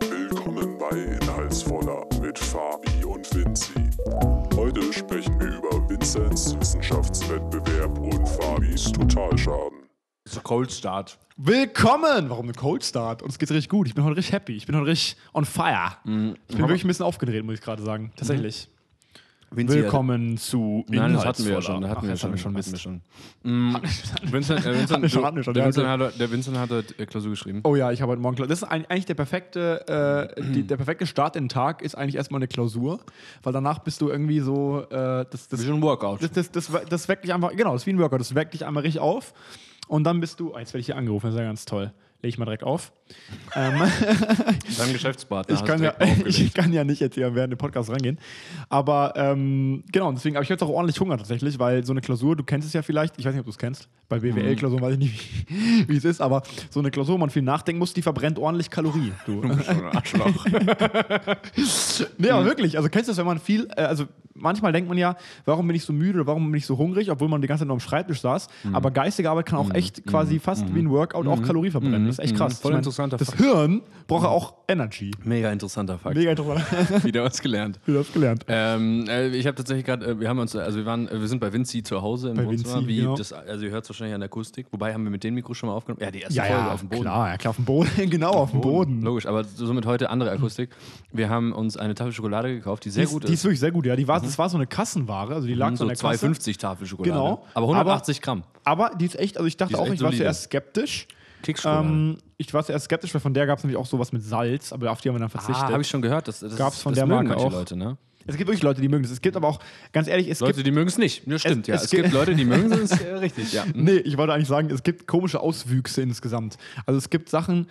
Willkommen bei Inhaltsvoller mit Fabi und Vinci. Heute sprechen wir über Vinzens Wissenschaftswettbewerb und Fabis Totalschaden. Das ist ein Cold Start. Willkommen! Warum ein Cold Start? Uns geht's richtig gut. Ich bin heute richtig happy. Ich bin heute richtig on fire. Mhm. Ich bin wirklich ein bisschen aufgedreht, muss ich gerade sagen. Tatsächlich. Willkommen zu Nein, das hatten wir ja schon. Inhaltsvoller. Hatten wir Ach, das schon. hatten wir schon. hatten wir Mist. schon. Mm, Vincent, äh, Vincent, wir schon, du- hatten wir schon. Der, Der Vincent hat, heute- der Vincent hat heute äh, Klausur geschrieben. Oh ja, ich habe heute Morgen Klausur. Das ist ein, eigentlich der perfekte, äh, die, der perfekte Start in den Tag ist eigentlich erstmal eine Klausur, weil danach bist du irgendwie so, äh, das, das, Wie so ein Workout. das, das, das, das weckt dich einfach, genau, das ist wie ein Workout, das weckt dich einmal richtig auf und dann bist du, oh, jetzt werde ich hier angerufen, das ist ja ganz toll. Lege ich mal direkt auf. Ähm, Dein Geschäftspartner. ich, hast kann ja, direkt mal aufgelegt. ich kann ja nicht jetzt hier während dem Podcast rangehen. Aber ähm, genau, und deswegen habe ich jetzt auch ordentlich Hunger tatsächlich, weil so eine Klausur, du kennst es ja vielleicht, ich weiß nicht, ob du es kennst, bei Mhm. BWL-Klausuren weiß ich nicht, wie, wie es ist, aber so eine Klausur, wo man viel nachdenken muss, die verbrennt ordentlich Kalorien. Du. Du bist schon ein Arschloch. Nee, Mhm. aber wirklich. Also kennst du das, wenn man viel, äh, also manchmal denkt man ja, warum bin ich so müde oder warum bin ich so hungrig, obwohl man die ganze Zeit nur am Schreibtisch saß. Mhm. Aber geistige Arbeit kann auch echt quasi fast wie ein Workout auch Kalorien verbrennen. Das ist echt krass. Mhm. Voll Ich mein, interessanter Das Fakt. Hirn braucht ja auch Energy. Mega interessanter Fakt. Mega interessant. Wieder was gelernt. Ich habe gelernt. Ähm, äh, ich habe tatsächlich gerade, äh, wir haben uns, also wir waren, äh, wir sind bei Vinci zu Hause im Bei Wohnzimmer. Vinci, wie genau. das, also ihr hört es wahrscheinlich an der Akustik. Wobei haben wir mit dem Mikro schon mal aufgenommen. Ja, die erste Ja, Folge ja, auf dem Boden. klar, ja, klar, auf dem Boden, genau, auf dem Boden. Logisch, aber somit heute andere Akustik. Wir haben uns eine Tafel Schokolade gekauft, die Die sehr ist, gut ist. die Mhm. ist wirklich sehr gut, ja. Die war, Das war so eine Kassenware, also die lag so so in der Kasse. 2,50 Tafel Schokolade. Genau. Aber 180 Gramm. Aber die ist echt, also ich Die dachte ist auch, echt ich war solide. zuerst skeptisch. Keksschokolade. Ähm, ich war zuerst skeptisch, weil von der gab es nämlich auch sowas mit Salz, aber auf die haben wir dann verzichtet. ah, habe ich schon gehört. Das, das, Gab's von das der mögen Marke manche auch. Leute, ne? Es gibt wirklich Leute, die mögen das. Es gibt aber auch, ganz ehrlich, es Leute, gibt. die mögen es nicht. Ja, stimmt, ja. es Es, gibt gibt- Leute, die mögen es. ist, äh, richtig, ja. Nee, ich wollte eigentlich sagen, es gibt komische Auswüchse insgesamt. Also es gibt Sachen.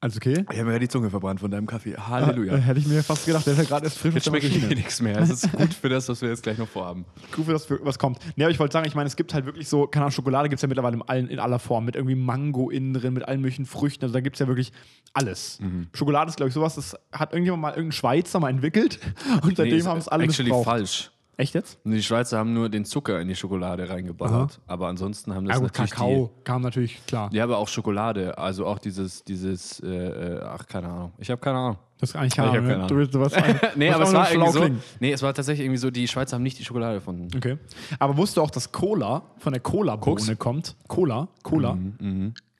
Alles okay? Ich habe mir ja die Zunge verbrannt von deinem Kaffee. Äh, Halleluja. Hätte ich mir fast gedacht, der wäre gerade erst frisch aus Jetzt der schmecke ich Maschine. hier nichts mehr. Es ist gut für das, was wir jetzt gleich noch vorhaben. Kufe, das für was kommt. Nee, aber ich wollte sagen, ich meine, es gibt halt wirklich so, keine Ahnung, Schokolade gibt es ja mittlerweile in, allen, in aller Form, mit irgendwie Mango innen drin, mit allen möglichen Früchten. Also da gibt es ja wirklich alles. Mhm. Schokolade ist, glaube ich, sowas, das hat irgendjemand mal, irgendein Schweizer mal entwickelt und seitdem ist haben es alle Actually missbraucht. falsch. Echt jetzt? Die Schweizer haben nur den Zucker in die Schokolade reingeballert. Aber ansonsten haben das Ja gut, natürlich Kakao kam natürlich, klar. die... Ja, aber auch Schokolade. Also auch dieses, dieses, äh, äh, ach, keine Ahnung. Ich habe keine Ahnung. Das ist eigentlich keine Ich hab Ahnung. keine ne? Du willst sowas sagen. Nee, Was aber es auch noch war schlau irgendwie so, klingt. nee, es war tatsächlich irgendwie so, die Schweizer haben nicht die Schokolade erfunden. Okay. Aber wusstest du auch, dass Cola von der Cola-Bohne Koks? Mhm, kommt? Cola, Cola.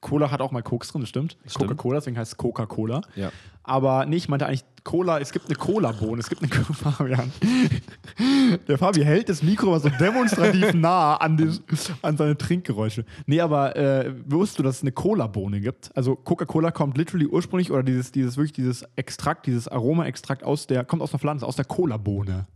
Cola hat auch mal Koks drin, das stimmt. Coca-Cola, deswegen heißt es Coca-Cola. Ja. Aber nee, ich meinte eigentlich Cola, es gibt eine Cola-Bohne, es gibt eine Fabian. Der Fabi hält das Mikro mal so demonstrativ nah an, den, an seine Trinkgeräusche. Nee, aber äh, wusstest du, dass es eine Cola-Bohne gibt? Also Coca-Cola kommt literally ursprünglich, oder dieses, dieses wirklich dieses Extrakt, dieses Aroma-Extrakt aus der, kommt aus einer Pflanze, aus der Cola-Bohne.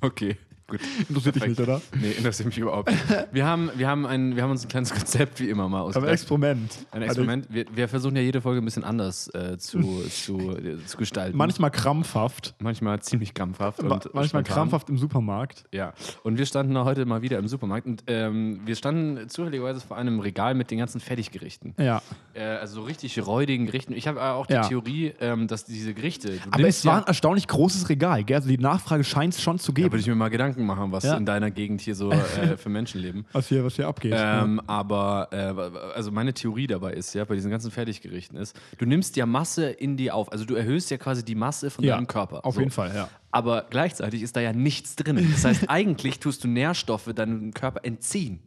Okay, gut. Interessiert dich nicht, oder? Nee, interessiert mich überhaupt nicht. Wir haben, wir haben, ein, wir haben uns ein kleines Konzept wie immer mal Aber ein ausgedacht. Experiment. Also Ein Experiment. Wir, wir versuchen ja jede Folge ein bisschen anders äh, zu, zu, äh, zu gestalten. manchmal krampfhaft. manchmal ziemlich krampfhaft. ma- Und manchmal spontan. krampfhaft im Supermarkt. Ja, und wir standen da heute mal wieder im Supermarkt und ähm, wir standen zufälligerweise vor einem Regal mit den ganzen Fertiggerichten. Ja. Äh, also so richtig räudigen Gerichten. Ich habe äh, auch die Ja. Theorie, ähm, dass diese Gerichte. Du Aber nimmst es war ja- ein erstaunlich großes Regal, gell? Also die Nachfrage scheint es schon zu Da würde geben. ich mir mal Gedanken machen, was Ja. in deiner Gegend hier so äh, für Menschen leben. was, hier, was hier abgeht. Ähm, aber äh, also meine Theorie dabei ist ja, bei diesen ganzen Fertiggerichten ist, du nimmst ja Masse in dir auf. Also du erhöhst ja quasi die Masse von Ja, deinem Körper. auf jeden Fall, ja. Aber gleichzeitig ist da ja nichts drin. Das heißt, eigentlich tust du Nährstoffe deinem Körper entziehen.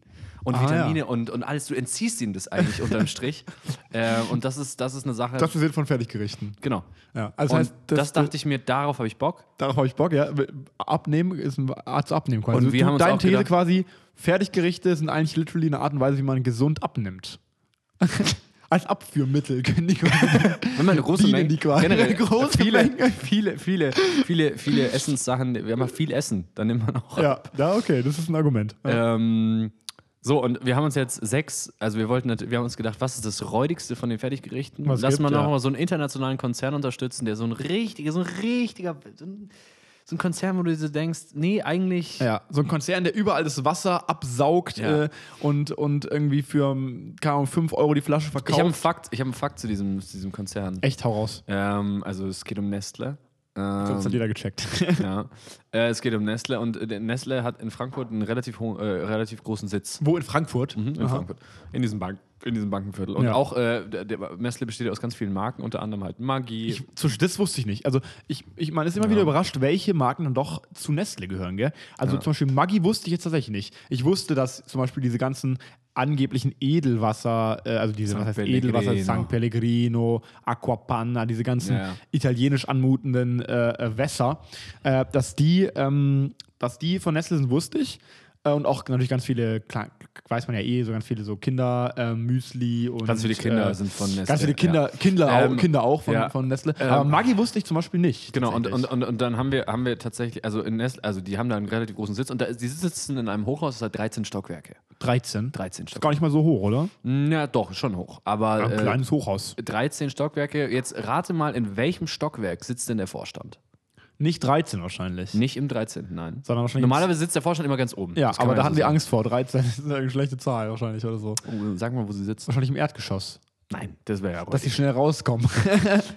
Und Ah, Vitamine ja. und, und alles, du entziehst ihm das eigentlich unterm Strich. äh, und das ist, das ist eine Sache. das wir sind von Fertiggerichten. genau. Ja, also und heißt, das, dass du- dachte ich mir, darauf habe ich Bock. Darauf habe ich Bock, ja. Abnehmen ist ein Art zu abnehmen quasi. Und Also wir du, haben uns deine auch These gedacht- quasi, Fertiggerichte sind eigentlich literally eine Art und Weise, wie man gesund abnimmt. Als Abführmittel können die Wenn man eine große Bienen, Menge, die quasi- generell große viele, Menge. viele, viele, viele, viele Essenssachen, wir haben ja viel Essen, dann nimmt man auch. Ja, ja, okay, das ist ein Argument. Ja. Ähm, so, und wir haben uns jetzt sechs, also wir wollten, nat- wir haben uns gedacht, was ist das räudigste von den Fertiggerichten? Was Lass gibt, mal ja. noch mal so einen internationalen Konzern unterstützen, der so ein richtiger, so ein richtiger, so ein, so ein Konzern, wo du dir denkst, nee, eigentlich, Ja, so ein Konzern, der überall das Wasser absaugt Ja. äh, und, und irgendwie für, mm, keine Ahnung, 5 Euro die Flasche ich habe einen verkauft. Fakt, ich habe einen Fakt zu diesem, zu diesem Konzern. Echt, hau raus. Ähm, also es geht um Nestle. Sonst hat jeder gecheckt. Ja. Äh, es geht um Nestle und äh, der Nestle hat in Frankfurt einen relativ, hohen, äh, relativ großen Sitz. Wo in Frankfurt? Mhm, in Aha. Frankfurt. In diesem, Bank, in diesem Bankenviertel. Und Ja. auch äh, der, der Nestle besteht aus ganz vielen Marken, unter anderem halt Maggi. Ich, zum Beispiel, das wusste ich nicht. Also, ich, ich man ist immer wieder überrascht, welche Marken dann doch zu Nestle gehören, gell? Also, zum Beispiel Maggi wusste ich jetzt tatsächlich nicht. Ich wusste, dass zum Beispiel diese ganzen angeblichen Edelwasser, äh, also diese San was heißt Pellegrino. Edelwasser, San Pellegrino, Aquapanna, diese ganzen Ja. italienisch anmutenden äh, äh, Wässer, äh, dass die, ähm, dass die von Nestle sind, wusste ich. Äh, Und auch natürlich ganz viele, klar, weiß man ja eh, so ganz viele so Kinder, äh, Müsli und. Ganz viele Kinder äh, sind von Nestle. Ganz viele Kinder, ja. Kinder, Ähm, auch, Kinder auch von, ja. Ähm, von Nestle. Aber Maggi wusste ich zum Beispiel nicht. Genau, und, und, tatsächlich. und, und dann haben wir, haben wir tatsächlich, also in Nestle, also die haben da einen relativ großen Sitz und da, ist- die sitzen in einem Hochhaus, das hat 13 Stockwerke. 13. 13 Gar Stockwerke. nicht mal so hoch, oder? Ja, doch, schon hoch. Aber Ein äh, kleines Hochhaus. 13 Stockwerke. Jetzt rate mal, in welchem Stockwerk sitzt denn der Vorstand? Nicht 13 wahrscheinlich. Nicht im 13. Nein. Sondern wahrscheinlich- Normalerweise sitzt der Vorstand immer ganz oben. Ja, Das kann aber man da hatten so wir sagen. Angst vor. 13 ist eine schlechte Zahl wahrscheinlich oder so. Oh, sag mal, wo sie sitzt. Wahrscheinlich im Erdgeschoss. Nein, das wäre ja Dass die räudig. schnell rauskommen.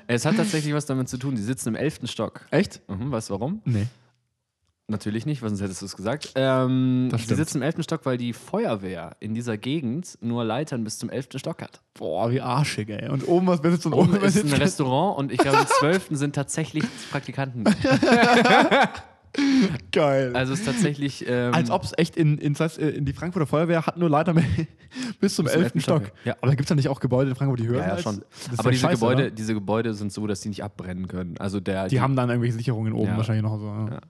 Es hat tatsächlich was damit zu tun. Die sitzen im 11. Stock. Echt? Mhm, weißt du warum? Nee. Natürlich nicht, weil sonst hättest du es gesagt. Ähm, Das sie stimmt. sitzen im 11. Stock, weil die Feuerwehr in dieser Gegend nur Leitern bis zum 11. Stock hat. Boah, wie arschig, ey. Und oben was besitzt und oben, Oben ist ein besitzt. Restaurant und ich glaube, im 12. sind tatsächlich Praktikanten. Geil. Also es ist tatsächlich. Ähm, Als ob es echt in, in, das heißt, äh, in die Frankfurter Feuerwehr hat nur Leiter bis zum 11. elften Stock. Stock, ja. Aber gibt es da nicht auch Gebäude in Frankfurt, die höher Ja, ja, als- schon. Das ist Aber ja diese, scheiße, Gebäude, oder? diese Gebäude sind so, dass die nicht abbrennen können. Also der, Die haben dann irgendwelche Sicherungen oben Ja. wahrscheinlich noch so. Ja.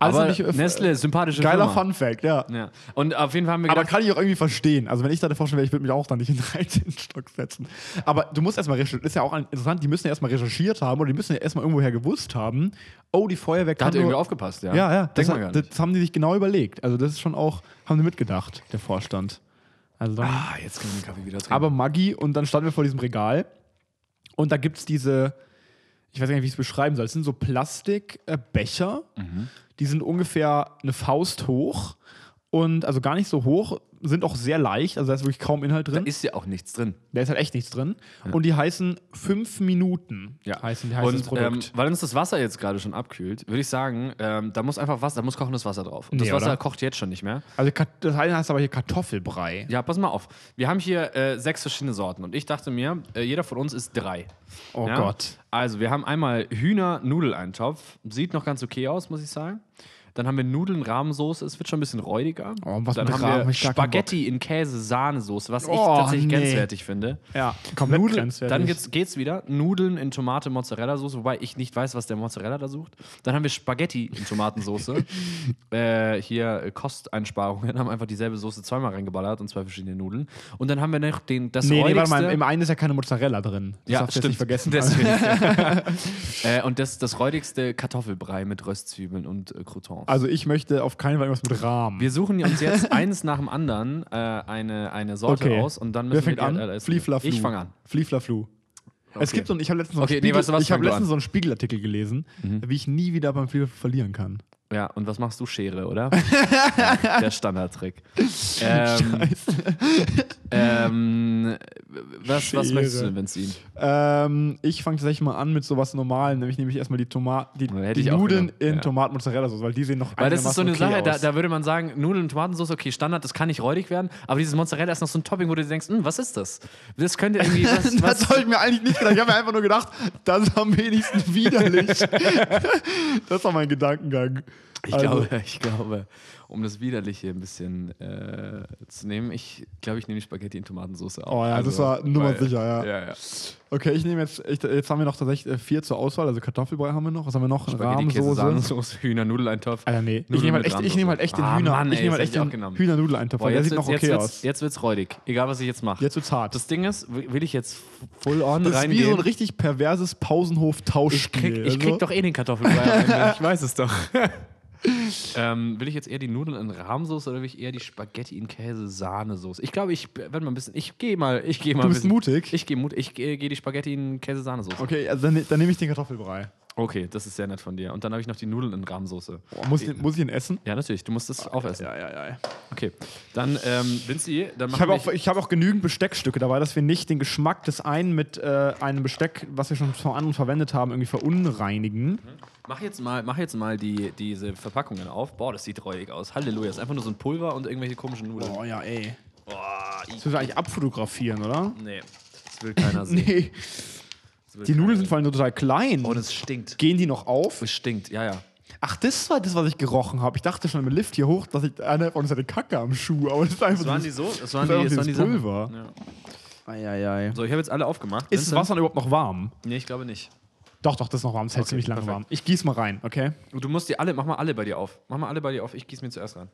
aber nicht, äh, Nestle, sympathische Geiler Firma. Fun Fact, ja. Ja. Und auf jeden Fall haben wir Aber gedacht, kann ich auch irgendwie verstehen. Also, wenn ich da der Forschung wäre, ich würde mich auch dann nicht in den 13. Stock setzen. Aber du musst erstmal recherchieren. Ist ja auch ein- interessant, die müssen ja erstmal recherchiert haben oder die müssen ja erstmal irgendwoher gewusst haben, oh, die Feuerwehr da kann. hat irgendwie nur- aufgepasst. Ja, ja, ja, Denkt das, man gar hat- nicht. das haben die sich genau überlegt. Also, das ist schon auch, haben die mitgedacht, der Vorstand. Also dann, Ah, jetzt können wir den Kaffee wieder trinken. aber Maggi und dann standen wir vor diesem Regal und da gibt es diese, ich weiß gar nicht, wie ich es beschreiben soll, es sind so Plastikbecher, Mhm. die sind ungefähr eine Faust hoch und also gar nicht so hoch, sind auch sehr leicht, also da ist wirklich kaum Inhalt da drin, da ist, ist ja auch nichts drin. halt echt nichts drin und die heißen 5 Minuten, heißen, heißt das Und ähm, Produkt. weil uns das Wasser jetzt gerade schon abkühlt, würde ich sagen, ähm, da muss einfach Wasser, da muss kochendes Wasser drauf. Und das Nee, Wasser oder? kocht jetzt schon nicht mehr. also Kat- das heißt aber hier Kartoffelbrei. Ja, pass mal auf. Wir haben hier äh, sechs verschiedene Sorten und ich dachte mir, äh, jeder von uns ist drei. Oh ja? Gott. Also, wir haben einmal Hühner-Nudeleintopf. Sieht noch ganz okay aus, muss ich sagen. Dann haben wir Nudeln, Rahmensoße. Es wird schon ein bisschen räudiger. Oh, was Dann mit haben Rahmen? wir Hab ich gar keinen Spaghetti in Käse-Sahnesoße, was ich Oh, tatsächlich nee. grenzwertig finde. Ja, komplett Nudeln, grenzwertig. Dann geht's, geht's wieder. Nudeln in Tomate, Mozzarella-Soße, wobei ich nicht weiß, was der Mozzarella da sucht. Dann haben wir Spaghetti in Tomatensoße. äh, hier äh, Kosteinsparungen haben einfach dieselbe Soße zweimal reingeballert und zwei verschiedene Nudeln. Und dann haben wir noch den, das Nee, nee, warte mal, räudigste- im einen ist ja keine Mozzarella drin. Das darfst du jetzt nicht vergessen. Deswegen. äh, und das, das räudigste Kartoffelbrei mit Röstzwiebeln und äh, Croutons. Also ich möchte auf keinen Fall irgendwas mit Rahmen. wir suchen uns jetzt eins nach dem anderen äh, eine, eine Sorte Okay. aus und dann Wer müssen fängt wir die an? alles- Fliefla Ich fange an. Flieflaflu. Es Okay. gibt so einen, ich habe letztens so einen, Okay, nee, Spiegel, weißt du was, ich hab fang du letztens an. Mhm. so einen Spiegelartikel gelesen, wie ich nie wieder beim Flieflaflu verlieren kann. Ja, und was machst du? Schere, oder? ja, der Standardtrick. Ähm, ähm, was, was Schere. möchtest du denn, Benzin? Ähm, ich fange tatsächlich mal an mit sowas Normalem, nämlich nehme ich erstmal die, Toma die, Hätte die ich auch Nudeln genommen, in ja. Tomaten-Mozzarella-Soße, weil die sehen noch Weil das ist so eine einigermaßen okay Sache, da, aus. da würde man sagen, Nudeln und Tomatensauce, okay, Standard, das kann nicht räudig werden, aber dieses Mozzarella ist noch so ein Topping, wo du dir denkst, hm, was ist das? Das könnte irgendwie was, das was habe ich mir eigentlich nicht gedacht. Ich habe mir einfach nur gedacht, das ist am wenigsten widerlich. das war mein Gedankengang. Also, Ich glaube, ich glaube, um das Widerliche ein bisschen äh, zu nehmen, ich glaube, ich nehme die Spaghetti in Tomatensauce auch. Also, Oh ja, das war Nummer sicher, ja. ja, ja. Okay, ich nehme jetzt, ich, jetzt haben wir noch tatsächlich äh, vier zur Auswahl, also Kartoffelbrei haben wir noch, was haben wir noch? Spaghetti, Käse, Sahnesoße, Hühner, Nudeleintopf. Alter, nee. Ich Nudeln nehme mit halt, echt- ich Rahmsoße. nehm halt echt den Ah, Hühner. Mann, ich ey, nehme das halt echt hätte ich auch den genommen. Hühner-Nudeleintopf, Boah, weil der jetzt, sieht wird's- noch jetzt, okay wird's, aus. jetzt wird's räudig, egal was ich jetzt mache. Jetzt wird's hart. Das Ding ist, w- will ich jetzt full on Das ist wie reingehen? so ein richtig perverses ich, Pausenhof-Tauschspiel. krieg, ich also. krieg doch eh den Kartoffelbrei am Ende, ich weiß es doch. ähm, will ich jetzt eher die Nudeln in Rahmsoße oder will ich eher die Spaghetti in Käse-Sahnesoße? Ich glaube, ich werde mal ein bisschen, ich gehe mal, ich gehe mal Du ein bist bisschen- mutig. Ich gehe mutig, ich gehe geh die Spaghetti in Käse-Sahnesoße. Okay, also dann, dann nehme ne-, ich den Kartoffelbrei. Okay, das ist sehr nett von dir. Und dann habe ich noch die Nudeln in Rahmsoße. muss, ich- muss ich ihn essen? Ja, natürlich, du musst das aufessen. ja, ja. Okay, dann, ähm, Vinci, dann Ich habe machen auch, ich hab auch genügend Besteckstücke dabei, dass wir nicht den Geschmack des einen mit äh, einem Besteck, was wir schon vom anderen verwendet haben, irgendwie verunreinigen. Mach jetzt mal, mach jetzt mal die, diese Verpackungen auf. Boah, das sieht räudig aus. Halleluja. Ist einfach nur so ein Pulver und irgendwelche komischen Nudeln. ja, ey. Boah, i- Das müssen wir eigentlich abfotografieren, oder? nee, das will keiner sehen. Nee. Das will Die Nudeln keiner sind vor allem so total klein. sehen. Oh, das stinkt. Gehen die noch auf? Das stinkt, ja, ja. Ach, das war das, was ich gerochen habe. Ich dachte schon im Lift hier hoch, dass ich einer von uns hatte Kacke am Schuh. Aber das ist einfach Das waren die dieses- so, das waren das die, ist das waren die dieses Sachen. Pulver. Ja. Eieiei. So, ich habe jetzt alle aufgemacht. Ist das Vincent? Wasser denn überhaupt noch warm? Nee, ich glaube nicht. Doch, doch, das ist noch warm. Das hält Okay, ziemlich lange perfekt. warm. Ich gieß mal rein, okay? Und Du musst die alle, mach mal alle bei dir auf. Mach mal alle bei dir auf. Ich gieße mir zuerst rein.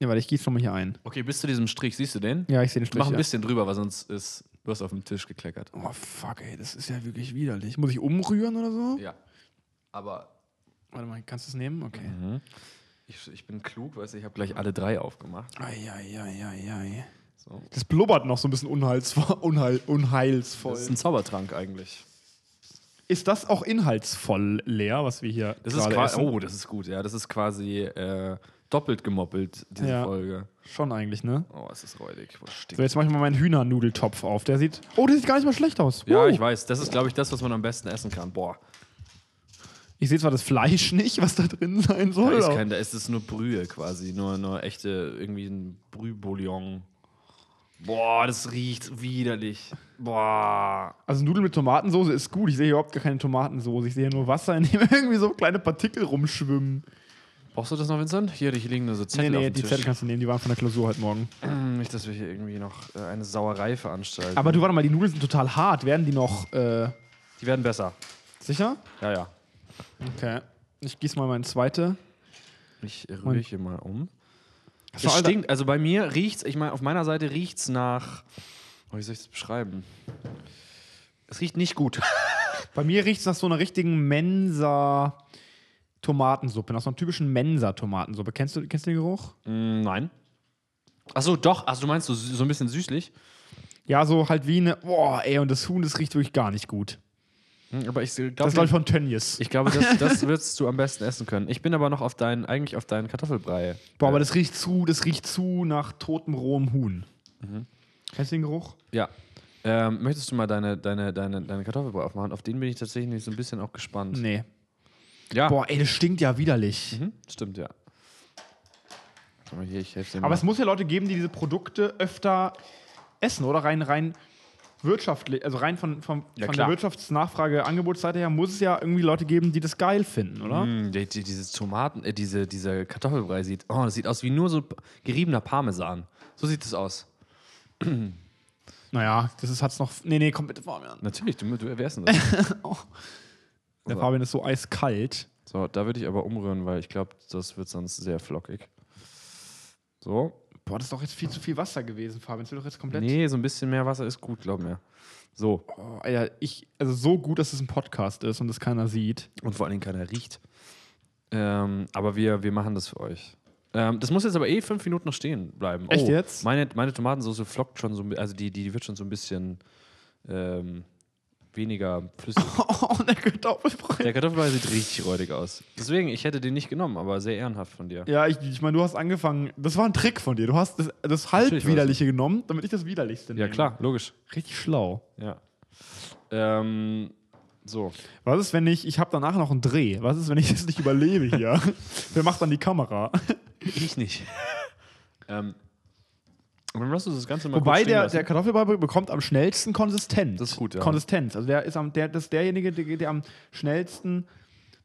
Ja, weil ich gieß schon mal hier ein. Okay, bis zu diesem Strich, siehst du den? Ja, ich sehe den Strich. Mach ein ja. bisschen drüber, weil sonst ist du hast auf dem Tisch gekleckert. Oh, fuck, ey, das ist ja wirklich widerlich. Muss ich umrühren oder so? Ja. Aber Warte mal, kannst du es nehmen? Okay. Mhm. ich, ich bin klug, weißt du, ich habe gleich alle drei aufgemacht. Eieieiei. So. Das blubbert noch so ein bisschen unheilsvoll. Unheil, unheilsvoll. Das ist ein Zaubertrank eigentlich. Ist das auch inhaltsvoll leer, was wir hier Das ist gerade quasi, essen? oh, das ist gut, ja. Das ist quasi äh, doppelt gemoppelt, diese Ja. Folge. Schon eigentlich, ne? Oh, es ist räudig. Boah, das stinkt. So, jetzt mache ich mal meinen Hühnernudeltopf auf. Der sieht. Oh, der sieht gar nicht mal schlecht aus. ja, Uh. ich weiß. Das ist, glaube ich, das, was man am besten essen kann. Boah, Ich sehe zwar das Fleisch nicht, was da drin sein da soll. ist, aber- kein, da ist es nur Brühe quasi. Nur, nur echte, irgendwie ein Brühbouillon. Boah, das riecht widerlich. Boah. also, Nudeln mit Tomatensoße ist gut. Ich sehe hier überhaupt gar keine Tomatensoße. Ich sehe hier nur Wasser, in dem irgendwie so kleine Partikel rumschwimmen. Brauchst du das noch, Vincent? Hier, hier liegen nur so Zettel auf dem die Tisch. Zettel kannst du nehmen. Die waren von der Klausur heute Morgen. Nicht, dass wir hier irgendwie noch äh, eine Sauerei veranstalten. Aber du, warte mal, die Nudeln sind total hart. Werden die noch. Äh, die werden besser. sicher? Ja, ja. Okay. Ich gieße mal meine zweite. Ich rühre Mann. hier mal um. war Es Alter- stinkt, also bei mir riecht's, ich meine, auf meiner Seite riecht's nach. Oh, wie soll ich das beschreiben? Es riecht nicht gut. Bei mir riecht es nach so einer richtigen Mensa-Tomatensuppe, nach so einer typischen Mensa-Tomatensuppe. Kennst du, kennst du den Geruch? Mm, nein. Achso, doch. Also du meinst so, sü- so ein bisschen süßlich. Ja, so halt wie eine. Boah, ey, und das Huhn, das riecht wirklich gar nicht gut. Hm, Aber ich glaube, Das ist, glaube ich, von Tönnies. ich glaube, das, das würdest du am besten essen können. Ich bin aber noch auf deinen, eigentlich auf deinen Kartoffelbrei. Boah, aber Äh, das riecht zu, das riecht zu nach totem, rohem Huhn. Mhm. Kennst du den Geruch? Ja. Ähm, möchtest du mal deine, deine, deine, deine Kartoffelbrei aufmachen? Auf den bin ich tatsächlich so ein bisschen auch gespannt. Nee. Ja. Boah, ey, das stinkt ja widerlich. Mhm, stimmt, ja. Guck mal hier, ich helfe dir Aber mal. es muss ja Leute geben, die diese Produkte öfter essen, oder? Rein, rein wirtschaftlich, also rein von, von, Ja, von klar. der Wirtschaftsnachfrage, Angebotsseite her, muss es ja irgendwie Leute geben, die das geil finden, oder? Mm, die, die, dieses Tomaten, äh, diese, dieser Kartoffelbrei sieht, oh, das sieht aus wie nur so p- geriebener Parmesan. So sieht es aus. Naja, das ist, hat's noch. Nee, nee, komm bitte vor mir an. Natürlich, du, du erwärst das. Der So. Fabian ist so eiskalt. so, da würde ich aber umrühren, weil ich glaube, das wird sonst sehr flockig. So. Boah, das ist doch jetzt viel zu viel Wasser gewesen, Fabian. Das wird doch jetzt komplett. Nee, so ein bisschen mehr Wasser ist gut, glaub mir. So. Oh, Alter, ich, also so gut, dass es ein Podcast ist und das keiner sieht. Und vor allen Dingen keiner riecht. Ähm, aber wir, wir machen das für euch. Ähm, das muss jetzt aber eh fünf Minuten noch stehen bleiben. Oh, Echt jetzt? Meine, meine Tomatensoße flockt schon so, ein bi- also die, die wird schon so ein bisschen ähm, weniger flüssig. Oh, der Kartoffelbrei. Der Kartoffelbrei sieht richtig räudig aus. Deswegen, ich hätte den nicht genommen, aber sehr ehrenhaft von dir. Ja, ich, ich meine, du hast angefangen. Das war ein Trick von dir. Du hast das, das Natürlich war das Halbwiderliche genommen, damit ich das Widerlichste Ja, nehme. klar, logisch. Richtig schlau. Ja. Ähm, so. Was ist, wenn ich. Ich habe danach noch einen Dreh. Was ist, wenn ich das nicht überlebe hier? Wer macht dann die Kamera? Ich nicht. ähm, und dann lass uns das Ganze mal kurz Wobei stehen der, lassen. der Kartoffelbrei bekommt am schnellsten Konsistenz. Das ist gut, ja. Konsistenz. Also der ist am, der, das ist derjenige, der, der am schnellsten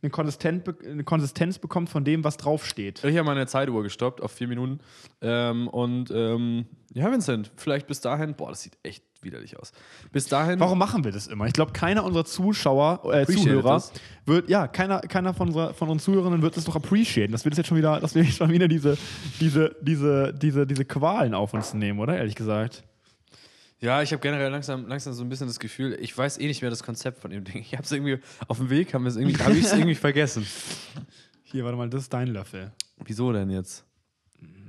eine, Konsistent, be- eine Konsistenz bekommt von dem, was draufsteht. Ich habe meine Zeituhr gestoppt auf vier Minuten. Ähm, und ähm, ja, Vincent, vielleicht bis dahin, boah, das sieht echt widerlich aus. Bis dahin. Warum machen wir das immer? Ich glaube, keiner unserer Zuschauer, äh, Hm. Appreciated Zuhörer das. wird, ja, keiner, keiner von, unserer, von unseren Zuhörern wird es doch appreciaten, dass wir das jetzt schon wieder, dass wir jetzt schon wieder diese, diese, diese, diese, diese Qualen auf uns nehmen, oder? Ehrlich gesagt. Ja, ich habe generell langsam, langsam so ein bisschen das Gefühl, ich weiß eh nicht mehr das Konzept von dem Ding. Ich habe es irgendwie auf dem Weg, haben wir es irgendwie, habe ich es irgendwie vergessen. Hier, warte mal, das ist dein Löffel. Wieso denn jetzt?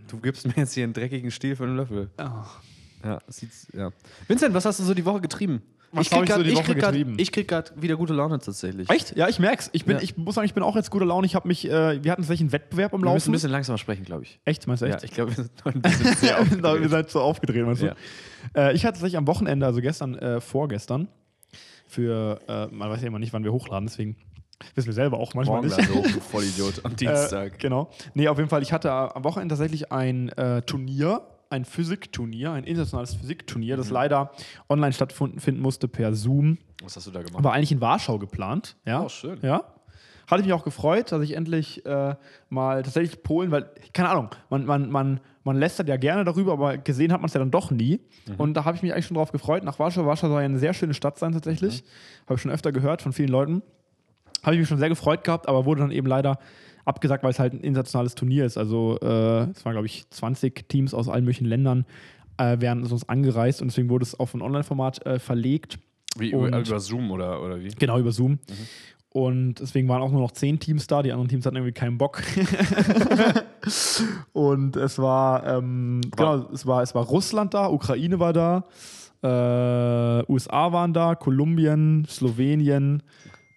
Du gibst mir jetzt hier einen dreckigen Stiel für einen Löffel. Oh. Ja, sieht's, ja. Vincent, was hast du so die Woche getrieben? Was hab ich so die Woche getrieben? ich krieg grad wieder gute Laune tatsächlich. Echt? Ja, ich merk's. Ich, bin, Ja. ich muss sagen, ich bin auch jetzt guter Laune. Ich habe mich, äh, wir hatten tatsächlich einen Wettbewerb am Wir müssen Laufen. ein bisschen langsamer sprechen, glaube ich. echt, meinst du echt? Ja, ich glaube, wir sind noch ein bisschen sehr Ja, genau, ihr aufgeregt. seid so aufgedreht, meinst du? Ja. Äh, ich hatte tatsächlich am Wochenende, also gestern, äh, vorgestern, für, äh, man weiß ja immer nicht, wann wir hochladen, deswegen wissen wir selber auch manchmal Morgen nicht. also, du Vollidiot, am Äh, Dienstag. genau. Nee, auf jeden Fall, ich hatte am Wochenende tatsächlich ein äh, Turnier, ein Physikturnier, ein internationales Physikturnier, Mhm. das leider online stattfinden musste per Zoom. Was hast du da gemacht? War eigentlich in Warschau geplant. Ja. Oh, schön. Ja. Hatte ich mich auch gefreut, dass ich endlich äh, mal tatsächlich Polen, weil, keine Ahnung, man, man, man, man lästert ja gerne darüber, aber gesehen hat man es ja dann doch nie. Mhm. Und da habe ich mich eigentlich schon drauf gefreut. Nach Warschau, Warschau soll ja eine sehr schöne Stadt sein tatsächlich. Mhm. Habe ich schon öfter gehört von vielen Leuten. Habe ich mich schon sehr gefreut gehabt, aber wurde dann eben leider abgesagt, weil es halt ein internationales Turnier ist. Also äh, es waren, glaube ich, 20 Teams aus allen möglichen Ländern äh, wären sonst angereist und deswegen wurde es auf ein Online-Format äh, verlegt. Wie, Und- über, über Zoom oder, oder wie? Genau, über Zoom. Und deswegen waren auch nur noch zehn Teams da. Die anderen Teams hatten irgendwie keinen Bock. und es war, ähm, War- genau, es war, es war Russland da, Ukraine war da, äh, USA waren da, Kolumbien, Slowenien,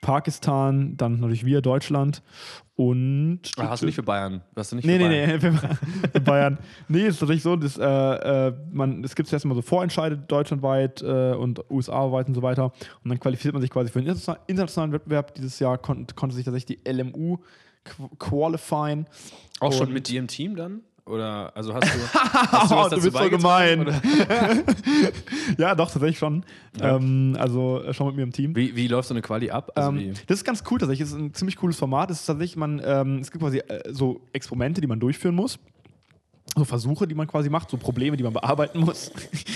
Pakistan, dann natürlich wir, Deutschland und. Ah, hast du nicht für Bayern? Hast du nicht Nee, für nee, Bayern? nee, wir waren- wir Bayern. Nee, ist tatsächlich so, dass, äh, äh, man, es gibt erstmal so Vorentscheide deutschlandweit äh, und USA-weit und so weiter. Und dann qualifiziert man sich quasi für einen interna- internationalen Wettbewerb. Dieses Jahr kon konnte sich tatsächlich die LMU qu- qualifieren. Auch schon Und- mit dir im Team dann? Oder also hast du, hast Oh, du bist so beigetragen, gemein. oder? Ja, doch, tatsächlich schon. Ähm, also äh, schon mit mir im Team. Wie, wie läuft so eine Quali ab? Also wie? Ähm, das ist ganz cool tatsächlich. Es ist ein ziemlich cooles Format. Es ist tatsächlich, man, ähm, es gibt quasi äh, so Experimente, die man durchführen muss. So Versuche, die man quasi macht, so Probleme, die man bearbeiten muss.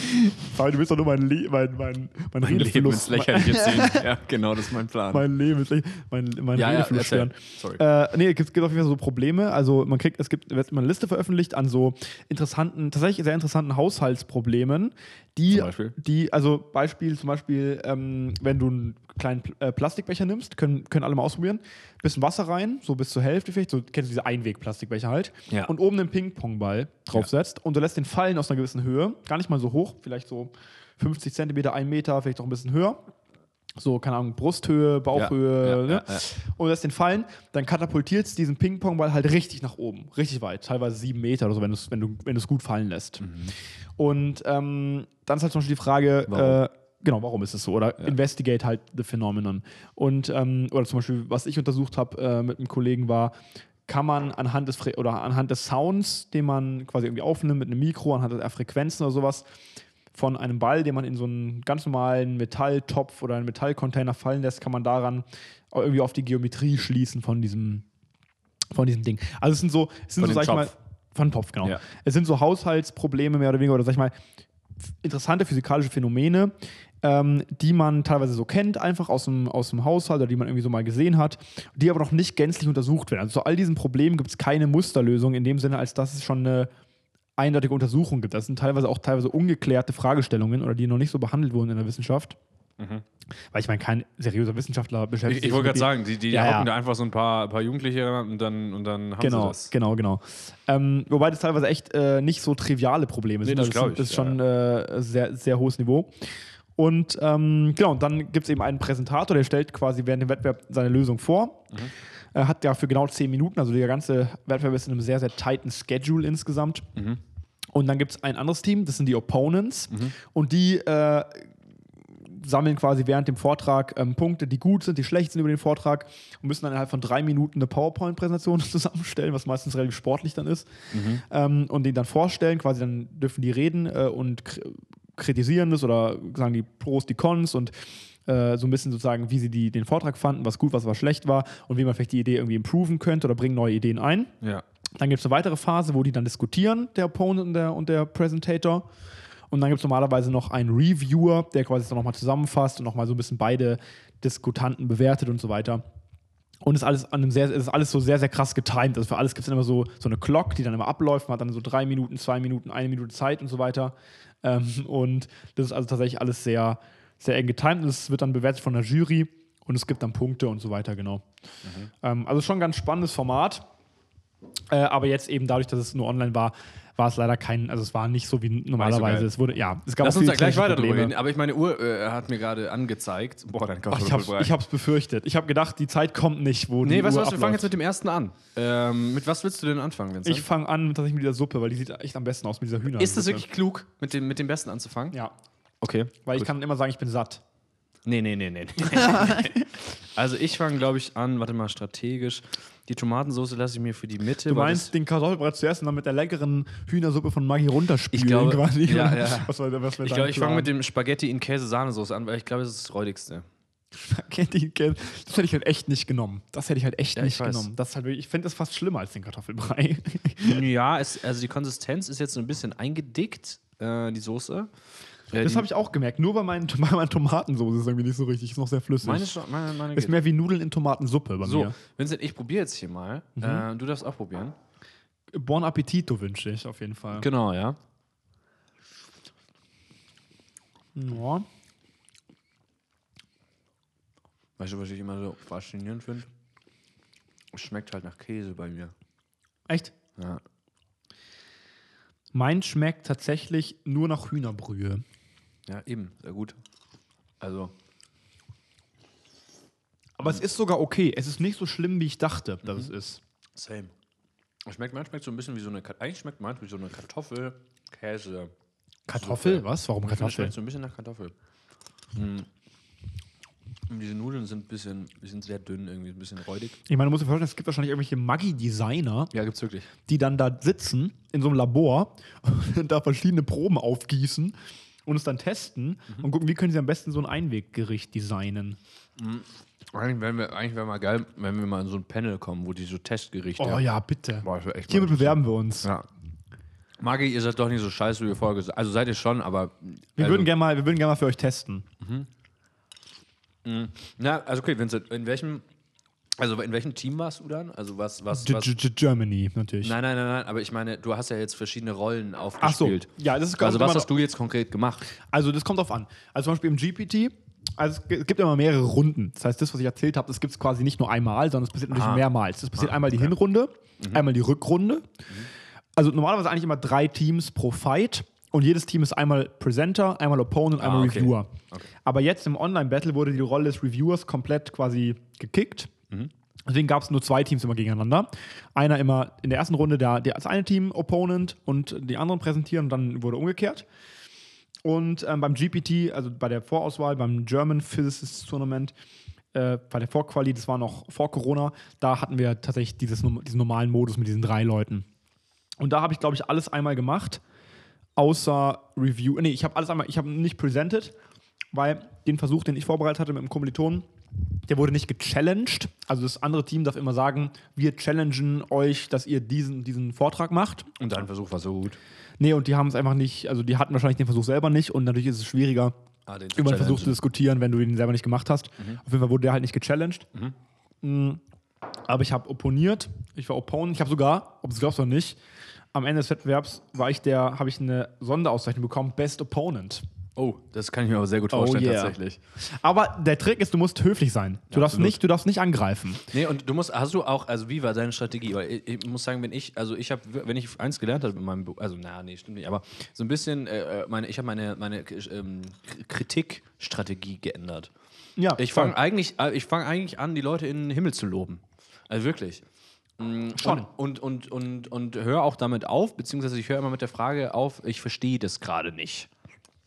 Fabi, du willst doch nur mein, Le mein, mein, mein, Mein Leben ins Redefluss- Lächerliche ziehen. ja, genau, das ist mein Plan. mein Leben ist echt, mein, mein Ja, ja, Redefluss erzähl. stören. Sorry. Äh, nee, es gibt, gibt auf jeden Fall so Probleme. Also man kriegt, es gibt wird immer eine Liste veröffentlicht an so interessanten, tatsächlich sehr interessanten Haushaltsproblemen, die, Zum Beispiel? die, also Beispiel zum Beispiel, ähm, wenn du einen kleinen Pl- äh, Plastikbecher nimmst, können, können alle mal ausprobieren, bisschen Wasser rein, so bis zur Hälfte vielleicht, so kennst du diese Einwegplastikbecher halt, Ja. und oben einen Ping-Pong-Ball draufsetzt und du lässt den fallen aus einer gewissen Höhe, gar nicht mal so hoch, vielleicht so 50 Zentimeter, 1 Meter, vielleicht auch ein bisschen höher. So, keine Ahnung, Brusthöhe, Bauchhöhe, ja, ne? ja, ja. und lässt den fallen, dann katapultierst du diesen Ping-Pong-Ball halt richtig nach oben, richtig weit, teilweise sieben Meter oder so, wenn, du's- wenn du es wenn du's gut fallen lässt. Und ähm, dann ist halt zum Beispiel die Frage, Mhm. Warum? Äh, genau, warum ist es so? Oder investigate halt the phenomenon. Und, ähm, oder zum Beispiel, was ich untersucht habe äh, mit einem Kollegen war, kann man anhand des, Fre oder anhand des Sounds, den man quasi irgendwie aufnimmt mit einem Mikro, anhand der Frequenzen oder sowas, von einem Ball, den man in so einen ganz normalen Metalltopf oder einen Metallcontainer fallen lässt, kann man daran auch irgendwie auf die Geometrie schließen von diesem, von diesem Ding. Also es sind so, es sind Von so, dem sag ich mal, Topf. von Topf, genau. Ja. Es sind so Haushaltsprobleme mehr oder weniger, oder sag ich mal, f- interessante physikalische Phänomene, ähm, die man teilweise so kennt, einfach aus dem, aus dem Haushalt oder die man irgendwie so mal gesehen hat, die aber noch nicht gänzlich untersucht werden. Also zu all diesen Problemen gibt es keine Musterlösung in dem Sinne, als dass es schon eine eindeutige Untersuchung gibt. Das sind teilweise auch teilweise ungeklärte Fragestellungen oder die noch nicht so behandelt wurden in der Wissenschaft. Weil ich meine, kein seriöser Wissenschaftler Mhm. Ich, beschäftigt sich ich wollte mit gerade die- sagen, die, die Ja, hocken ja. da einfach so ein paar, paar Jugendliche ran und dann, und dann haben Genau, sie das. genau, genau. Ähm, wobei das teilweise echt äh, nicht so triviale Probleme Nee, sind. das Also glaub ich, das ist ja, schon äh, sehr, sehr hohes Niveau. Und ähm, genau, und dann gibt es eben einen Präsentator, der stellt quasi während dem Wettbewerb seine Lösung vor. Mhm. Er hat dafür genau 10 Minuten, also der ganze Wettbewerb ist in einem sehr, sehr tighten Schedule insgesamt. Mhm. Und dann gibt es ein anderes Team, das sind die Opponents. Und die äh, sammeln quasi während dem Vortrag ähm, Punkte, die gut sind, die schlecht sind über den Vortrag und müssen dann innerhalb von drei Minuten eine PowerPoint-Präsentation zusammenstellen, was meistens relativ sportlich dann ist. Ähm, und den dann vorstellen, quasi dann dürfen die reden äh, und kri- kritisieren das oder sagen die Pros, die Cons und äh, so ein bisschen sozusagen, wie sie die, den Vortrag fanden, was gut, was, was schlecht war und wie man vielleicht die Idee irgendwie improven könnte oder bringen neue Ideen ein. Ja. Dann gibt es eine weitere Phase, wo die dann diskutieren, der Opponent und der, und der Presentator. Und dann gibt es normalerweise noch einen Reviewer, der quasi dann nochmal zusammenfasst und nochmal so ein bisschen beide Diskutanten bewertet und so weiter. Und es ist alles an einem sehr, es ist alles so sehr, sehr krass getimed. Also für alles gibt es dann immer so, so eine Clock, die dann immer abläuft. Man hat dann so drei Minuten, zwei Minuten, eine Minute Zeit und so weiter. Ähm, und das ist also tatsächlich alles sehr, sehr eng getimed. Und es wird dann bewertet von der Jury und es gibt dann Punkte und so weiter, genau. Mhm. Ähm, also schon ein ganz spannendes Format. Äh, aber jetzt eben dadurch, dass es nur online war, war es leider kein, also es war nicht so wie War normalerweise. so geil. es wurde, ja, es gab Lass auch uns da viele gleich technische weiter drüber Probleme. reden. Aber ich meine Uhr äh, hat mir gerade angezeigt. Boah, dann Ach, ich, hab's, ich hab's befürchtet. Ich habe gedacht, die Zeit kommt nicht, wo die Nee, weißt du Uhr was, wir fangen jetzt mit abläuft. dem ersten an. Ähm, mit was willst du denn anfangen, Vincent? Ich fange an tatsächlich mit dieser Suppe, weil die sieht echt am besten aus mit dieser Hühner. ist das wirklich klug, mit dem, mit dem Besten anzufangen? Ja, Okay. weil ich gut. kann immer sagen, ich bin satt. Nee, nee, nee, nee. also ich fange, glaube ich, an, warte mal, strategisch. Die Tomatensauce lasse ich mir für die Mitte. Du weil meinst den Kartoffelbrei zuerst und dann mit der leckeren Hühnersuppe von Maggi runterspülen Ich glaube- quasi. ja, ja. Was war, was war Das, ich glaube, ich fange mit dem Spaghetti in Käse-Sahnesoße an, weil ich glaube, das ist das Räudigste. Spaghetti Käse. Das hätte ich halt echt nicht genommen. Das hätte ich halt echt Ja, ich nicht weiß. genommen. Das ist halt wirklich, ich finde das fast schlimmer als den Kartoffelbrei. ja, es, also die Konsistenz ist jetzt so ein bisschen eingedickt, äh, die Soße. Äh, Das die- habe ich auch gemerkt. Nur bei, meinen, bei meiner Tomatensoße ist es irgendwie nicht so richtig. Ist noch sehr flüssig. Meine, Sch- meine, meine ist geht. mehr wie Nudeln in Tomatensuppe bei So, mir. Mhm. Vincent, ich probiere jetzt hier mal. Äh, du darfst auch probieren. Bon Appetito wünsche ich auf jeden Fall. Genau, ja. Ja. Weißt du, was ich immer so faszinierend finde? Es schmeckt halt nach Käse bei mir. Echt? Ja. Mein schmeckt tatsächlich nur nach Hühnerbrühe. Ja, eben, sehr gut. Also, Aber es ist sogar okay. Es ist nicht so schlimm, wie ich dachte, dass es ist. same. Schmeckt, mein schmeckt so ein bisschen wie so eine, Ka- eigentlich schmeckt meins wie so eine Kartoffel, Käse. Kartoffel? Was? Warum Ich finde, es Kartoffel? schmeckt so ein bisschen nach Um Kartoffel. Mm. Und diese Nudeln sind ein bisschen, die sind sehr dünn, irgendwie ein bisschen räudig. Ich meine, du musst dir vorstellen, es gibt wahrscheinlich irgendwelche Maggi-Designer, Ja, gibt's wirklich. die dann da sitzen in so einem Labor und da verschiedene Proben aufgießen und es dann testen und gucken, wie können sie am besten so ein Einweggericht designen. Eigentlich wäre wir, eigentlich wär mal geil, wenn wir mal in so ein Panel kommen, wo die so Testgerichte. Oh ja, bitte. Boah, das wär echt Hiermit mal- bewerben wir uns. Ja. Maggi, ihr seid doch nicht so scheiße, wie ihr vorher gesagt Also seid ihr schon, aber. Wir, also, würden gerne mal, wir würden gerne mal für euch testen. Na, also okay, Vincent, in welchem. Also in welchem Team warst du dann? Also was, was, G was? -G -G Germany natürlich. Nein, nein, nein, nein, aber ich meine, du hast ja jetzt verschiedene Rollen Ach so. aufgespielt. Ja, das ist Also kommt was immer hast du jetzt konkret gemacht? Also das kommt drauf an. Also zum Beispiel im GPT, also es g- es gibt immer mehrere Runden. Das heißt, das, was ich erzählt habe, das gibt es quasi nicht nur einmal, sondern es passiert natürlich mehrmals. Das passiert einmal die Hinrunde, einmal die Rückrunde. Also normalerweise eigentlich immer drei Teams pro Fight. Und jedes Team ist einmal Presenter, einmal Opponent, einmal Ah, okay. Reviewer. Okay. Aber jetzt im Online-Battle wurde die Rolle des Reviewers komplett quasi gekickt. Mhm. Deswegen gab es nur zwei Teams immer gegeneinander. Einer immer in der ersten Runde der, der, das eine Team Opponent und die anderen präsentieren und dann wurde umgekehrt. Und ähm, beim GPT, also bei der Vorauswahl, beim German Physicist Tournament, äh, bei der Vorquali, das war noch vor Corona, da hatten wir tatsächlich dieses, Num- diesen normalen Modus mit diesen drei Leuten. Und da habe ich, glaube ich, alles einmal gemacht, außer Review. Nee, ich habe alles einmal, ich habe nicht presented, weil den Versuch, den ich vorbereitet hatte mit dem Kommilitonen, der wurde nicht gechallenged. Also das andere Team darf immer sagen, wir challengen euch, dass ihr diesen, diesen Vortrag macht. Und dein Versuch war so gut. Nee, und die haben es einfach nicht, also die hatten wahrscheinlich den Versuch selber nicht und natürlich ist es schwieriger, Ah, den zu über den Versuch challengen. Mhm. zu diskutieren, wenn du ihn selber nicht gemacht hast. Auf jeden Fall wurde der halt nicht gechallenged. Mm, Aber ich habe opponiert, ich war opponent, ich habe sogar, ob du es glaubst oder nicht, am Ende des Wettbewerbs war ich der, habe ich eine Sonderauszeichnung bekommen, Best Opponent. Oh, das kann ich mir aber sehr gut Oh vorstellen, yeah. tatsächlich. Aber der Trick ist, du musst höflich sein. Du, darfst, absolut. nicht, du darfst nicht angreifen. Nee, und du musst, hast du auch, also wie war deine Strategie? Weil ich, ich muss sagen, wenn ich, also ich habe, wenn ich eins gelernt habe in meinem Buch, also na, nee, stimmt nicht, aber so ein bisschen, äh, äh, meine, ich habe meine, meine ähm, K- Kritikstrategie geändert. Ja, Ich voll. fange eigentlich, äh, ich fang eigentlich an, die Leute in den Himmel zu loben. Also wirklich. Mm, Schon. Und, und, und, und, und höre auch damit auf, beziehungsweise ich höre immer mit der Frage auf, ich verstehe das gerade nicht.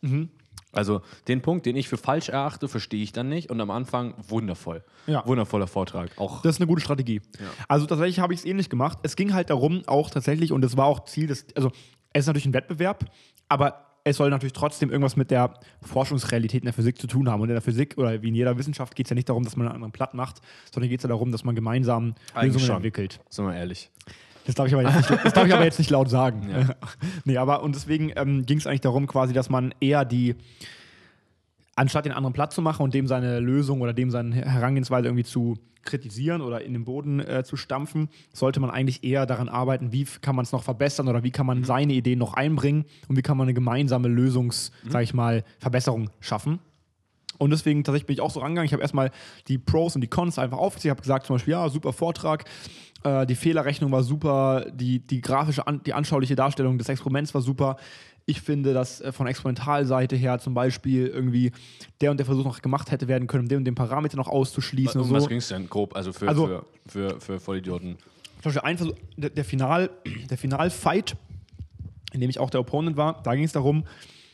Mhm. Also den Punkt, den ich für falsch erachte, verstehe ich dann nicht. Und am Anfang wundervoll. Ja. Wundervoller Vortrag. Auch Das ist eine gute Strategie. Also tatsächlich habe ich es ähnlich gemacht. Es ging halt darum, auch tatsächlich, und das war auch Ziel des, also es ist natürlich ein Wettbewerb, aber es soll natürlich trotzdem irgendwas mit der Forschungsrealität in der Physik zu tun haben. Und in der Physik oder wie in jeder Wissenschaft geht es ja nicht darum, dass man einen anderen platt macht, sondern geht es ja darum, dass man gemeinsam Eigentlich Lösungen schon. entwickelt. Sind wir ehrlich. Das darf ich aber jetzt nicht, das darf ich aber jetzt nicht laut sagen. nee, aber und deswegen ähm, ging es eigentlich darum, quasi, dass man eher die, anstatt den anderen platt zu machen und dem seine Lösung oder dem seine Herangehensweise irgendwie zu kritisieren oder in den Boden äh, zu stampfen, sollte man eigentlich eher daran arbeiten, wie f- kann man es noch verbessern oder wie kann man seine Ideen noch einbringen und wie kann man eine gemeinsame Lösungs, sag ich mal, Verbesserung schaffen. Und deswegen tatsächlich bin ich auch so rangegangen. Ich habe erstmal die Pros und die Cons einfach aufgezählt. Ich habe gesagt, zum Beispiel, ja, super Vortrag. Äh, die Fehlerrechnung war super. Die, die grafische, an, die anschauliche Darstellung des Experiments war super. Ich finde, dass äh, von Experimentalseite her zum Beispiel irgendwie der und der Versuch noch gemacht hätte werden können, um den und den Parameter noch auszuschließen. Um und was so. ging es denn grob? Also für, Also- für, für, für Vollidioten. Zum Beispiel ein Versuch, der, der, Final, der Final-Fight, in dem ich auch der Opponent war, da ging es darum,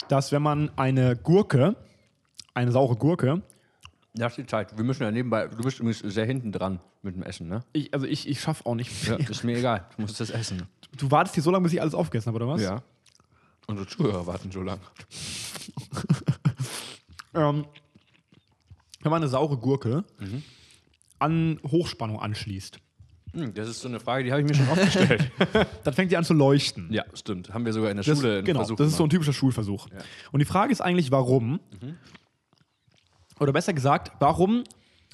dass wenn man eine Gurke, eine saure Gurke, Das ist die Zeit. Wir müssen ja nebenbei. Du bist übrigens sehr hinten dran mit dem Essen, ne? ich, also ich, ich schaffe auch nicht Ja, mehr. ist mir egal. Du musst das essen. Du wartest hier so lange, bis ich alles aufgegessen habe, oder was? Ja. Unsere Zuhörer warten so lange. Ähm, wenn man eine saure Gurke Mhm. an Hochspannung anschließt, Hm, das ist so eine Frage, die habe ich mir schon oft gestellt. dann fängt die an zu leuchten. ja, stimmt. Haben wir sogar in der Das, Schule einen genau, Versuch das ist so ein gemacht. typischer Schulversuch. Und die Frage ist eigentlich, warum? Mhm. Oder besser gesagt, warum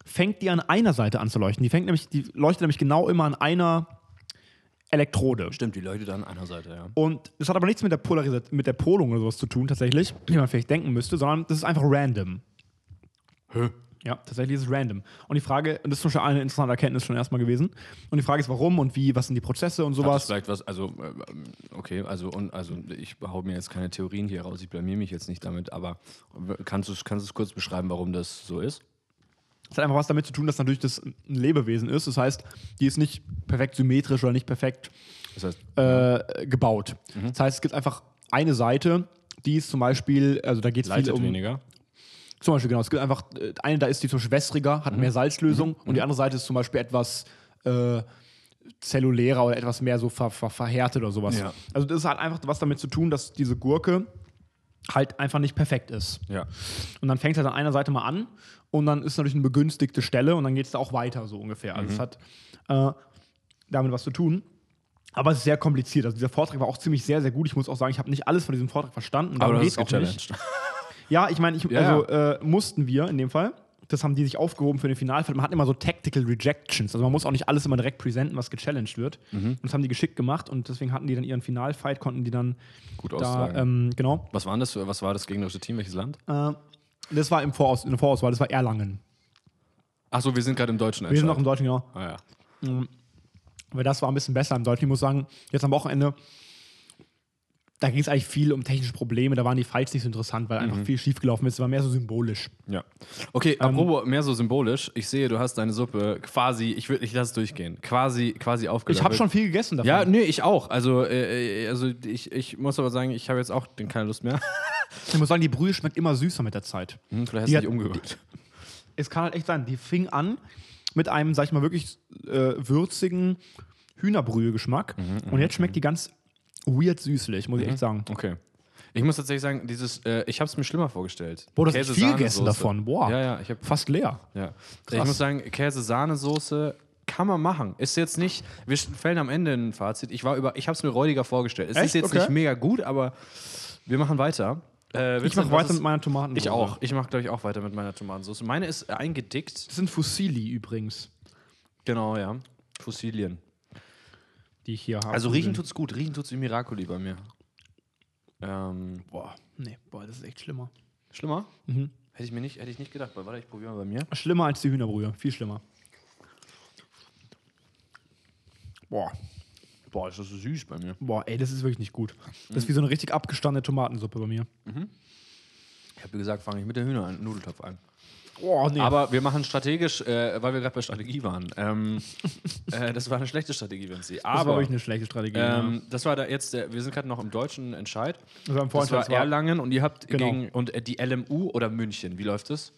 fängt die an einer Seite an zu leuchten? Die fängt nämlich, die leuchtet nämlich genau immer an einer Elektrode. Stimmt, die Leute da an einer Seite, ja. Und das hat aber nichts mit der, Polarisat mit der Polung oder sowas zu tun, tatsächlich, wie man vielleicht denken müsste, sondern das ist einfach random. Ja, tatsächlich ist es random. Und die Frage, und das ist schon eine interessante Erkenntnis schon erstmal gewesen. Und die Frage ist, warum und wie, was sind die Prozesse und Hat das sowas. vielleicht was, also, ähm, okay, also, und, also ich hau mir jetzt keine Theorien hier raus, ich blamier mich jetzt nicht damit, aber kannst du es kannst du's kurz beschreiben, warum das so ist? Es hat einfach was damit zu tun, dass natürlich das ein Lebewesen ist. Das heißt, die ist nicht perfekt symmetrisch oder nicht perfekt Das heißt, äh, gebaut. Mhm. Das heißt, es gibt einfach eine Seite, die ist zum Beispiel, also da geht es viel leitet um. weniger. Zum Beispiel, genau. Es gibt einfach, äh, eine da ist die zum Beispiel wässriger, Mhm. hat mehr Salzlösung und die andere Seite ist zum Beispiel etwas äh, zellulärer oder etwas mehr so ver, ver, verhärtet oder sowas. Ja. Also das hat einfach was damit zu tun, dass diese Gurke halt einfach nicht perfekt ist. Ja. Und dann fängt es halt an einer Seite mal an und dann ist natürlich eine begünstigte Stelle und dann geht es da auch weiter, so ungefähr. Also es Mhm. hat äh, damit was zu tun. Aber es ist sehr kompliziert. Also dieser Vortrag war auch ziemlich sehr, sehr gut. Ich muss auch sagen, ich habe nicht alles von diesem Vortrag verstanden. Aber Darum das ist geht's gechallenged. Ja, ich meine, ich, Ja, also äh, mussten wir in dem Fall. Das haben die sich aufgehoben für den Finalfeld. Man hat immer so Tactical Rejections. Also man muss auch nicht alles immer direkt präsenten, was gechallenged wird. Mhm. Und das haben die geschickt gemacht und deswegen hatten die dann ihren Finalfight, konnten die dann Gut da, austragen. ähm, genau. was, waren das, für- was war das gegnerische Team? Welches Land? Äh, das war im Voraus, in der Vorauswahl, das war Erlangen. Achso, wir sind gerade im deutschen Wir sind noch im Deutschen, genau. Ah, ja. Weil das war ein bisschen besser im Deutschen. Ich muss sagen, jetzt am Wochenende, da ging es eigentlich viel um technische Probleme. Da waren die Fights nicht so interessant, weil einfach viel schiefgelaufen ist. Es war mehr so symbolisch. Mhm. Ja. Okay, Ähm, apropos mehr so symbolisch. Ich sehe, du hast deine Suppe quasi, ich würde, ich lasse es durchgehen, quasi, quasi aufgelöst. Ich habe schon viel gegessen davon. Ja, nee, ich auch. Also, äh, äh, also ich, ich muss aber sagen, ich habe jetzt auch den- keine Lust mehr. Ich muss sagen, die Brühe schmeckt immer süßer mit der Zeit. Hm, vielleicht Die hast du dich hat- umgehört. Es kann halt echt sein, die fing an mit einem, sag ich mal, wirklich äh, würzigen Hühnerbrühe-Geschmack. Mhm, Und jetzt schmeckt die ganz weird süßlich, muss ich echt sagen. Okay. Ich muss tatsächlich sagen, dieses, äh, ich habe es mir schlimmer vorgestellt. Boah, das ist Käse, viel Sahnesoße. gegessen davon. Boah. Ja, ja, ich habe Fast leer. Ja. Ich Krass. muss sagen, Käse-Sahnesoße kann man machen. Ist jetzt nicht, wir fällen am Ende ein Fazit. Ich war über, ich habe es mir räudiger vorgestellt. Es ist Echt? jetzt Okay. nicht mega gut, aber wir machen weiter. Äh, Ich Vincent, was mache weiter ist- mit meiner Tomaten. Ich auch. Ich mache, glaube ich, auch weiter mit meiner Tomatensauce. Meine ist eingedickt. Das sind Fusilli übrigens, Genau, ja. Fossilien. die ich hier habe. Also riechen tut's gut. Riechen tut's wie Miracoli bei mir. Ähm, Boah, nee, boah, das ist echt schlimmer. schlimmer? Hätte ich mir nicht, hätte ich nicht gedacht. Aber Warte, ich probiere mal bei mir. Schlimmer als die Hühnerbrühe, viel schlimmer. Boah, Boah, ist das so süß bei mir. boah, ey, das ist wirklich nicht gut. Das Mhm. ist wie so eine richtig abgestandene Tomatensuppe bei mir. Ich habe gesagt, fange ich mit der Hühner an, Nudeltopf an. Boah, nee. Aber wir machen strategisch, äh, weil wir gerade bei Strategie waren. Ähm, äh, das war eine schlechte Strategie, Vinci. das war Aber wirklich eine schlechte Strategie. ja. ähm, das war da jetzt, der, wir sind gerade noch im deutschen Entscheid. Das war im das Vorentscheid, war das war- Erlangen und ihr habt Genau. gegen und äh, die LMU oder München. Wie läuft das?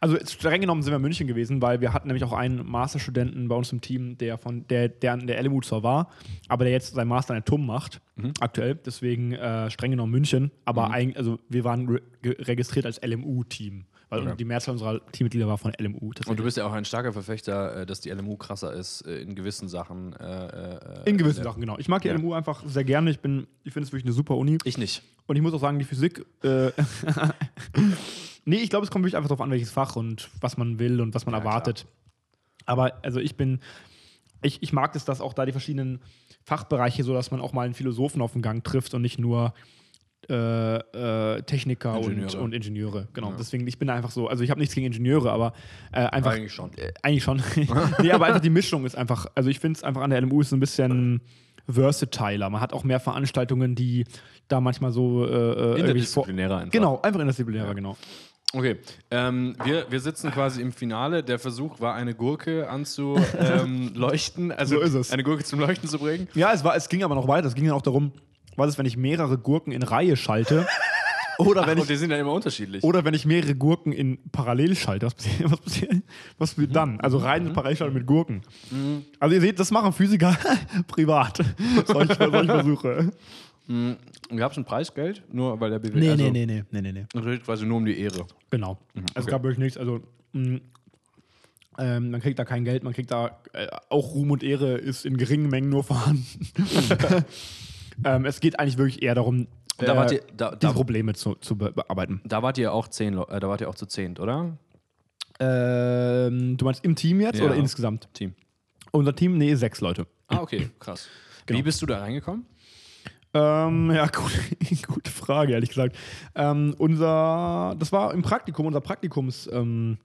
Also streng genommen sind wir in München gewesen, weil wir hatten nämlich auch einen Masterstudenten bei uns im Team, der von der, der an der LMU zwar war, aber der jetzt seinen Master an der TUM macht, Mhm. aktuell. Deswegen äh, streng genommen München. Aber eigentlich, also wir waren re ge- registriert als LMU-Team. Weil Okay. die Mehrzahl unserer Teammitglieder war von LMU. Und du tatsächlich. bist ja auch ein starker Verfechter, äh, dass die LMU krasser ist äh, in gewissen Sachen. Äh, äh, In gewissen äh, Sachen, genau. Ich mag die Ja. LMU einfach sehr gerne. Ich, bin- ich finde es wirklich eine super Uni. Ich nicht. Und ich muss auch sagen, die Physik. Äh, nee, ich glaube, es kommt wirklich einfach darauf an, welches Fach und was man will und was man Ja, erwartet. Aber also ich bin. Ich, ich mag es, dass auch da die verschiedenen Fachbereiche so, dass man auch mal einen Philosophen auf den Gang trifft und nicht nur äh, äh, Techniker Ingenieure. Und, und Ingenieure. Genau. Deswegen, ich bin einfach so, also ich habe nichts gegen Ingenieure, aber äh, einfach. Eigentlich schon. Äh, eigentlich schon. nee, aber einfach die Mischung ist einfach, also ich finde es einfach an der LMU ist so ein bisschen versatiler. Man hat auch mehr Veranstaltungen, die da manchmal so äh, äh, irgendwie vor- Interdisziplinärer einfach. Genau, einfach interdisziplinärer, genau. Okay, ähm, wir, wir sitzen quasi im Finale. Der Versuch war, eine Gurke anzuleuchten, ähm, leuchten, also So ist es. eine Gurke zum Leuchten zu bringen. Ja, es, war, es ging aber noch weiter. Es ging dann auch darum, was ist, wenn ich mehrere Gurken in Reihe schalte? oder, wenn Und die ich, sind dann immer unterschiedlich. oder wenn ich mehrere Gurken in parallel schalte. Was passiert, was passiert, was passiert dann? Also rein parallel schalten mit Gurken. Also ihr seht, das machen Physiker privat. Solche, solche Versuche. Gab es ein Preisgeld? Nur weil der BW. Nee, also, nee, nee, nee, nee, nee, nee. Es geht quasi nur um die Ehre. Genau. Es gab wirklich nichts. Also, mh, ähm, man kriegt da kein Geld, man kriegt da äh, auch Ruhm und Ehre ist in geringen Mengen nur vorhanden. Mhm. ähm, es geht eigentlich wirklich eher darum, Und da wart ihr- da- die da- Probleme zu, zu be bearbeiten. Da wart ihr auch zehn, Leu- äh, da wart ihr auch zu zehnt, oder? Ähm, du meinst im Team jetzt Ja. oder insgesamt? Team. Unser Team, nee, sechs Leute. Ah, okay, krass. Genau. Wie bist du da reingekommen? Ähm, ja, gut, gute Frage, ehrlich gesagt. Ähm, unser, das war im Praktikum, unser Praktikumsleiter ähm,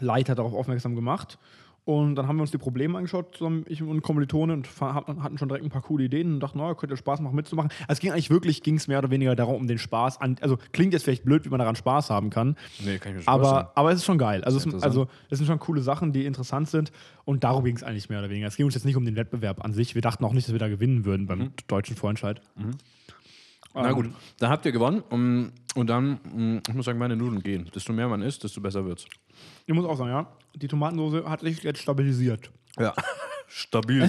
Leiter hat darauf aufmerksam gemacht. Und dann haben wir uns die Probleme angeschaut, zusammen, ich und ein Kommilitone, und fa- hab- hatten schon direkt ein paar coole Ideen und dachten, naja, könnte Spaß machen, mitzumachen. Also es ging eigentlich wirklich, ging es mehr oder weniger darum, um den Spaß an. Also klingt jetzt vielleicht blöd, wie man daran Spaß haben kann. Nee, kann ich mir schon vorstellen. Aber, aber es ist schon geil. Also es, interessant. also es sind schon coole Sachen, die interessant sind. Und darum ging es eigentlich mehr oder weniger. Es ging uns jetzt nicht um den Wettbewerb an sich. Wir dachten auch nicht, dass wir da gewinnen würden beim deutschen Ähm, Vorentscheid. Mhm. Na gut, dann habt ihr gewonnen um, und dann, mm, ich muss sagen, meine Nudeln gehen. Desto mehr man isst, desto besser wird's. Ich muss auch sagen, ja, die Tomatensoße hat sich jetzt stabilisiert. Ja, stabil.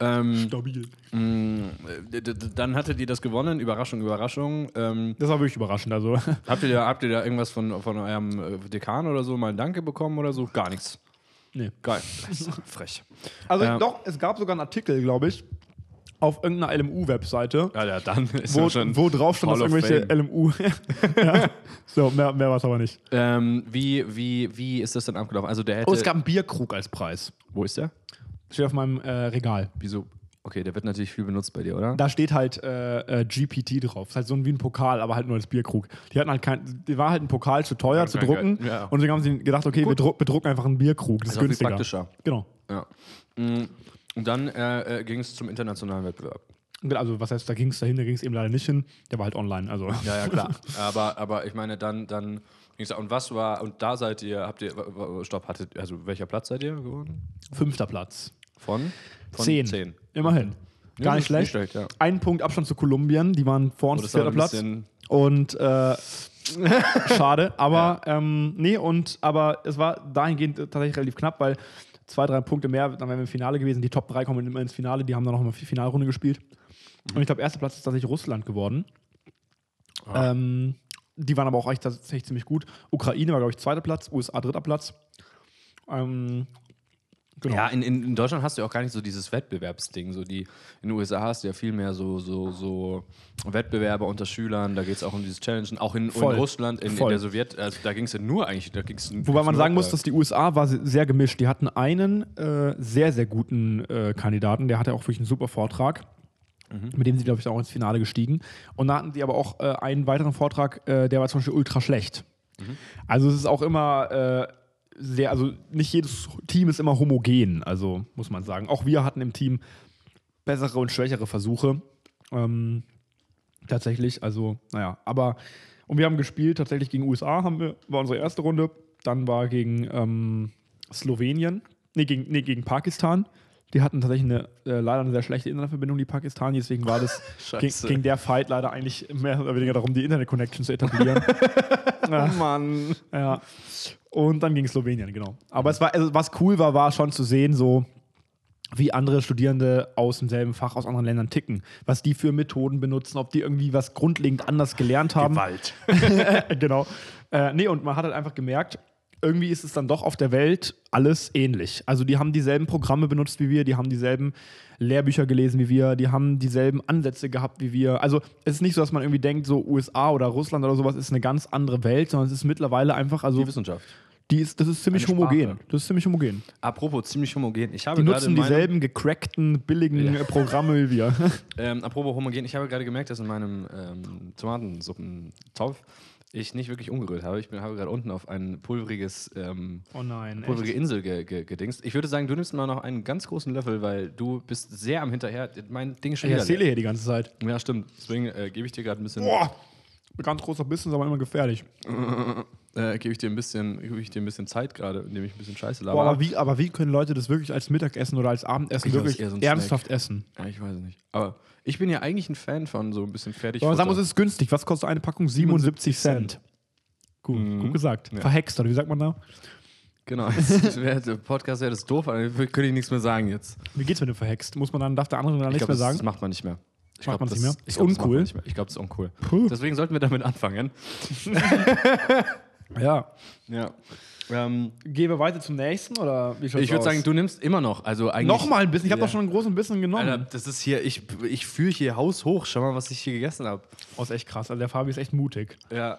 ähm, Stabil. Äh, d- d- d- dann hattet ihr das gewonnen, Überraschung, Überraschung. Ähm, Das war wirklich überraschend. Also habt, ihr da, habt ihr da irgendwas von, von eurem äh, Dekan oder so, mal ein Danke bekommen oder so? Gar nichts. Nee. Geil. Frech. Also Ja. doch, es gab sogar einen Artikel, glaube ich, auf irgendeiner LMU-Webseite, Ja, ja, dann ist wo, ja schon wo drauf stand, dass Hall of irgendwelche Fame. LMU. ja. So, mehr, mehr war es aber nicht. Ähm, wie, wie, wie ist das denn abgelaufen? Also der hätte. Oh, es gab einen Bierkrug als Preis. wo ist der? Steht auf meinem äh, Regal. Wieso? Okay, der wird natürlich viel benutzt bei dir, oder? Da steht halt äh, äh, GPT drauf. Ist halt so ein, wie ein Pokal, aber halt nur als Bierkrug. Die hatten halt kein, die war halt ein Pokal zu teuer zu kein drucken. Geld, ja. Und deswegen haben sie gedacht, okay, wir, druck, wir drucken einfach einen Bierkrug. Das ist Also viel günstiger. praktischer. Genau. Ja. Mm, Und dann äh, äh, ging es zum internationalen Wettbewerb. Also, was heißt, da ging es dahin, da ging es eben leider nicht hin. Der war halt online. Also. Ja, ja, klar. aber, aber ich meine, dann, dann ging es. Und was war, und da seid ihr, habt ihr, w- w- stopp, hattet, also welcher Platz seid ihr geworden? Fünfter Platz. Von? von Zehn. zehn. Immerhin. Ja, Gar nicht das schlecht. ist nicht schlecht, ja. Oh, Einen Punkt Abstand zu Kolumbien, die waren vor uns das vierter war ein Platz. bisschen- Und äh, schade, aber ähm, nee, und aber es war dahingehend tatsächlich relativ knapp, weil zwei, drei Punkte mehr, dann wären wir im Finale gewesen. Die Top 3 kommen immer ins Finale, die haben dann noch mal die Finalrunde gespielt. Und ich glaube, erster Platz ist tatsächlich Russland geworden. Ah. Ähm, die waren aber auch echt tatsächlich ziemlich gut. Ukraine war, glaube ich, zweiter Platz, USA dritter Platz. Ähm, genau. Ja, in, in in Deutschland hast du ja auch gar nicht so dieses Wettbewerbsding. So die, in den USA hast du ja viel mehr so, so, so Wettbewerbe unter Schülern, da geht es auch um dieses Challengen. Auch in, in Voll. Russland, in, in Voll. der Sowjet, also da ging es ja nur äh, eigentlich. Da ging's Wobei man sagen muss, dass die USA war se- sehr gemischt. Die hatten einen äh, sehr, sehr guten äh, Kandidaten, der hatte auch wirklich einen super Vortrag. Mit dem sind sie, glaube ich, auch ins Finale gestiegen. Und da hatten sie aber auch äh, einen weiteren Vortrag, äh, der war zum Beispiel ultra schlecht. Also es ist auch immer äh, sehr, also nicht jedes Team ist immer homogen, also muss man sagen. Auch wir hatten im Team bessere und schwächere Versuche. Ähm, tatsächlich, also naja, aber und wir haben gespielt tatsächlich gegen USA, haben wir, war unsere erste Runde. Dann war gegen ähm, Slowenien, nee gegen, nee, gegen Pakistan. Die hatten tatsächlich eine, äh, leider eine sehr schlechte Internetverbindung, die Pakistani. Deswegen war das ging, Scheiße. ging der Fight leider eigentlich mehr oder weniger darum, die Internet-Connection zu etablieren. Oh Mann. Ja. Und dann ging Slowenien, genau. Aber es war, also was cool war, war schon zu sehen, so wie andere Studierende aus demselben Fach aus anderen Ländern ticken, was die für Methoden benutzen, ob die irgendwie was grundlegend anders gelernt haben. Gewalt. genau. Äh, nee, und man hat halt einfach gemerkt, irgendwie ist es dann doch auf der Welt alles ähnlich. Also die haben dieselben Programme benutzt wie wir, die haben dieselben Lehrbücher gelesen wie wir, die haben dieselben Ansätze gehabt wie wir. Also es ist nicht so, dass man irgendwie denkt, so USA oder Russland oder sowas ist eine ganz andere Welt, sondern es ist mittlerweile einfach, also Die Wissenschaft. Die ist, das ist ziemlich Eine homogen. Sprache. Das ist ziemlich homogen. Apropos, ziemlich homogen. Ich habe Die gerade nutzen in meinem- dieselben gecrackten, billigen äh, Programme wie wir. Ähm, apropos homogen, ich habe gerade gemerkt, dass in meinem ähm, Tomatensuppentopf ich nicht wirklich umgerührt habe. Ich bin, habe gerade unten auf ein pulveriges, ähm, Oh nein. pulverige Insel ge, ge, gedingst. Ich würde sagen, du nimmst mal noch einen ganz großen Löffel, weil du bist sehr am Hinterher. Mein Ding ist schon Ich wieder erzähle hier die ganze Zeit. leer. Ja, stimmt. Deswegen äh, gebe ich dir gerade ein bisschen, Boah, ganz großer Business, aber immer gefährlich. äh, gebe ich dir ein bisschen, gebe ich dir ein bisschen Zeit gerade, indem ich ein bisschen Scheiße laber. Boah, aber, wie, aber wie können Leute das wirklich als Mittagessen oder als Abendessen Ich glaub, wirklich das ist eher so ein ernsthaft essen? ja, ich weiß nicht. Aber ich bin ja eigentlich ein Fan von so ein bisschen fertig. Wenn man sagen muss, es ist günstig. Was kostet eine Packung? 77 Cent. Gut, Mhm. gut gesagt. Verhext, oder wie sagt man da? genau. Es wär- Der Podcast wäre das doof, aber ich könnte ich nichts mehr sagen jetzt. Wie geht's, wenn du verhext? Muss man dann, darf der andere dann Ich nichts glaube, mehr das, das sagen? macht man nicht mehr. Ich Macht glaub, man es das- nicht mehr? Ich Ist glaub, das macht man uncool. nicht mehr. Ich glaube, das ist uncool. Puh. Deswegen sollten wir damit anfangen. Ja. Ja. Ähm, Gehen wir weiter zum nächsten oder wie ich würde sagen, du nimmst immer noch. Also eigentlich. Nochmal ein bisschen. Ich habe Ja. doch schon einen großen Bissen genommen. Alter, das ist hier, ich, ich fühle hier haushoch. Schau mal, was ich hier gegessen habe. Oh, ist echt krass. Also der Fabi ist echt mutig. Ja.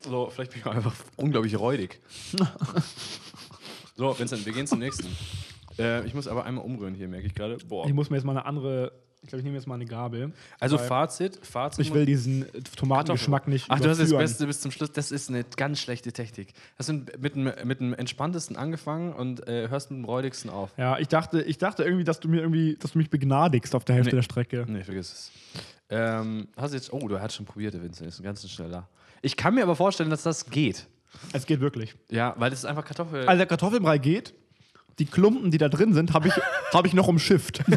So, vielleicht bin ich auch einfach unglaublich räudig. so, Vincent, wir gehen zum nächsten. Äh, ich muss aber einmal umrühren hier, merke ich gerade. Boah. Ich muss mir jetzt mal eine andere. Ich glaube, ich nehme jetzt mal eine Gabel. Also weil Fazit, Fazit. ich will diesen äh, Tomatengeschmack nicht. Ach, du hast das überführen. Beste bis zum Schluss. Das ist eine ganz schlechte Technik. Hast du mit dem, mit dem entspanntesten angefangen und äh, hörst mit dem räudigsten auf. Ja, ich dachte, ich dachte irgendwie, dass du mir irgendwie, dass du mich begnadigst auf der Hälfte Nee. der Strecke. Nee, vergiss es. Ähm, hast du jetzt. Oh, du hast schon probiert, der Vincent. Ist ein ganz schneller. Ich kann mir aber vorstellen, dass das geht. Es geht wirklich. Ja, weil das ist einfach Kartoffel. Also der Kartoffelbrei geht. Die Klumpen, die da drin sind, habe ich, hab ich noch umschifft.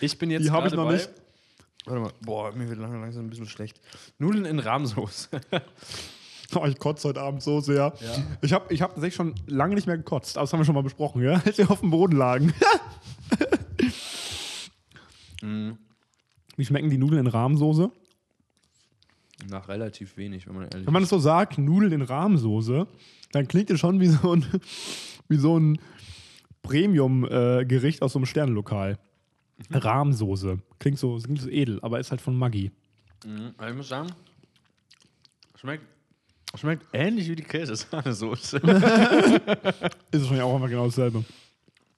ich bin jetzt. die hab ich gerade noch bei- nicht. Warte mal. Boah, mir wird langsam, langsam ein bisschen schlecht. Nudeln in Rahmsoße. Oh, ich kotze heute Abend so sehr. Ich habe ich hab tatsächlich schon lange nicht mehr gekotzt. Aber das haben wir schon mal besprochen, ja? als wir auf dem Boden lagen. Mhm. Wie schmecken die Nudeln in Rahmsoße? Nach relativ wenig, wenn man ehrlich Wenn man es so sagt, Nudeln in Rahmsoße, dann klingt es schon wie so ein, wie so ein Premium-Gericht aus so einem Sternenlokal. Mhm. Rahmsoße. Klingt so, klingt so edel, aber ist halt von Maggi. Mhm, aber ich muss sagen, schmeckt, schmeckt ähnlich wie die Käsesahnesoße. Ist es wahrscheinlich auch einfach genau dasselbe.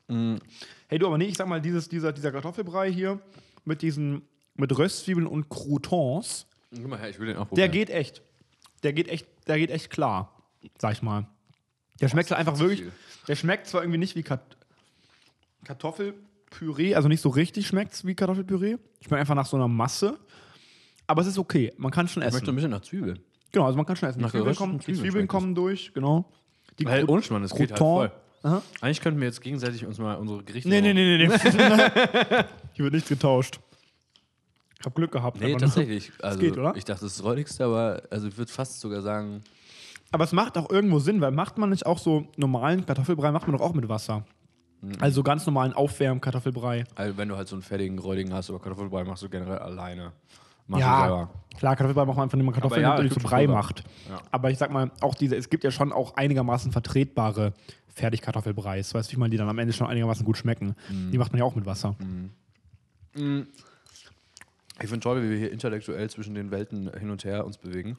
Hey du, aber nee, ich sag mal, dieses, dieser, dieser Kartoffelbrei hier mit diesen, mit Röstzwiebeln und Croutons, Guck mal her, ich will den auch der probieren. geht echt. Der geht echt, der geht echt klar, sag ich mal. Der schmeckt halt einfach wirklich, viel. der schmeckt zwar irgendwie nicht wie Kat Kartoffelpüree, also nicht so richtig schmeckt es wie Kartoffelpüree. Schmeckt einfach nach so einer Masse. Aber es ist okay, man kann schon Schmeckt so essen. ein bisschen nach Zwiebel. Genau, also man kann schon essen. Die Nach Zwiebeln, gerösteten kommen, die Zwiebeln Zwiebeln schmeckt kommen durch, genau. Die Weil Crout- ohne Schmarrn, das geht halt Crouton- voll. Aha. Eigentlich könnten wir jetzt gegenseitig uns mal unsere Gerichte. Nee, nee, nee, nee, nee. Hier wird nichts getauscht. Ich hab Glück gehabt. Nee, einfach nur. tatsächlich. Also, geht, oder? Ich dachte, das ist das Räudigste, aber also ich würde fast sogar sagen, Aber es macht auch irgendwo Sinn, weil macht man nicht auch so normalen Kartoffelbrei, macht man doch auch mit Wasser. Mhm. Also ganz normalen Aufwärm-Kartoffelbrei. also wenn du halt so einen fertigen Räudigen hast, aber Kartoffelbrei machst du generell alleine. Machst du selber. klar, Kartoffelbrei macht man einfach, indem man Kartoffeln ja, nimmt und das die zu tut Brei schon was. macht. Ja. Aber ich sag mal, auch diese, es gibt ja schon auch einigermaßen vertretbare Fertigkartoffelbreis. Weißt du, wie man die dann am Ende schon einigermaßen gut schmecken. Mhm. Die macht man ja auch mit Wasser. Ich finde toll, wie wir hier intellektuell zwischen den Welten hin und her uns bewegen.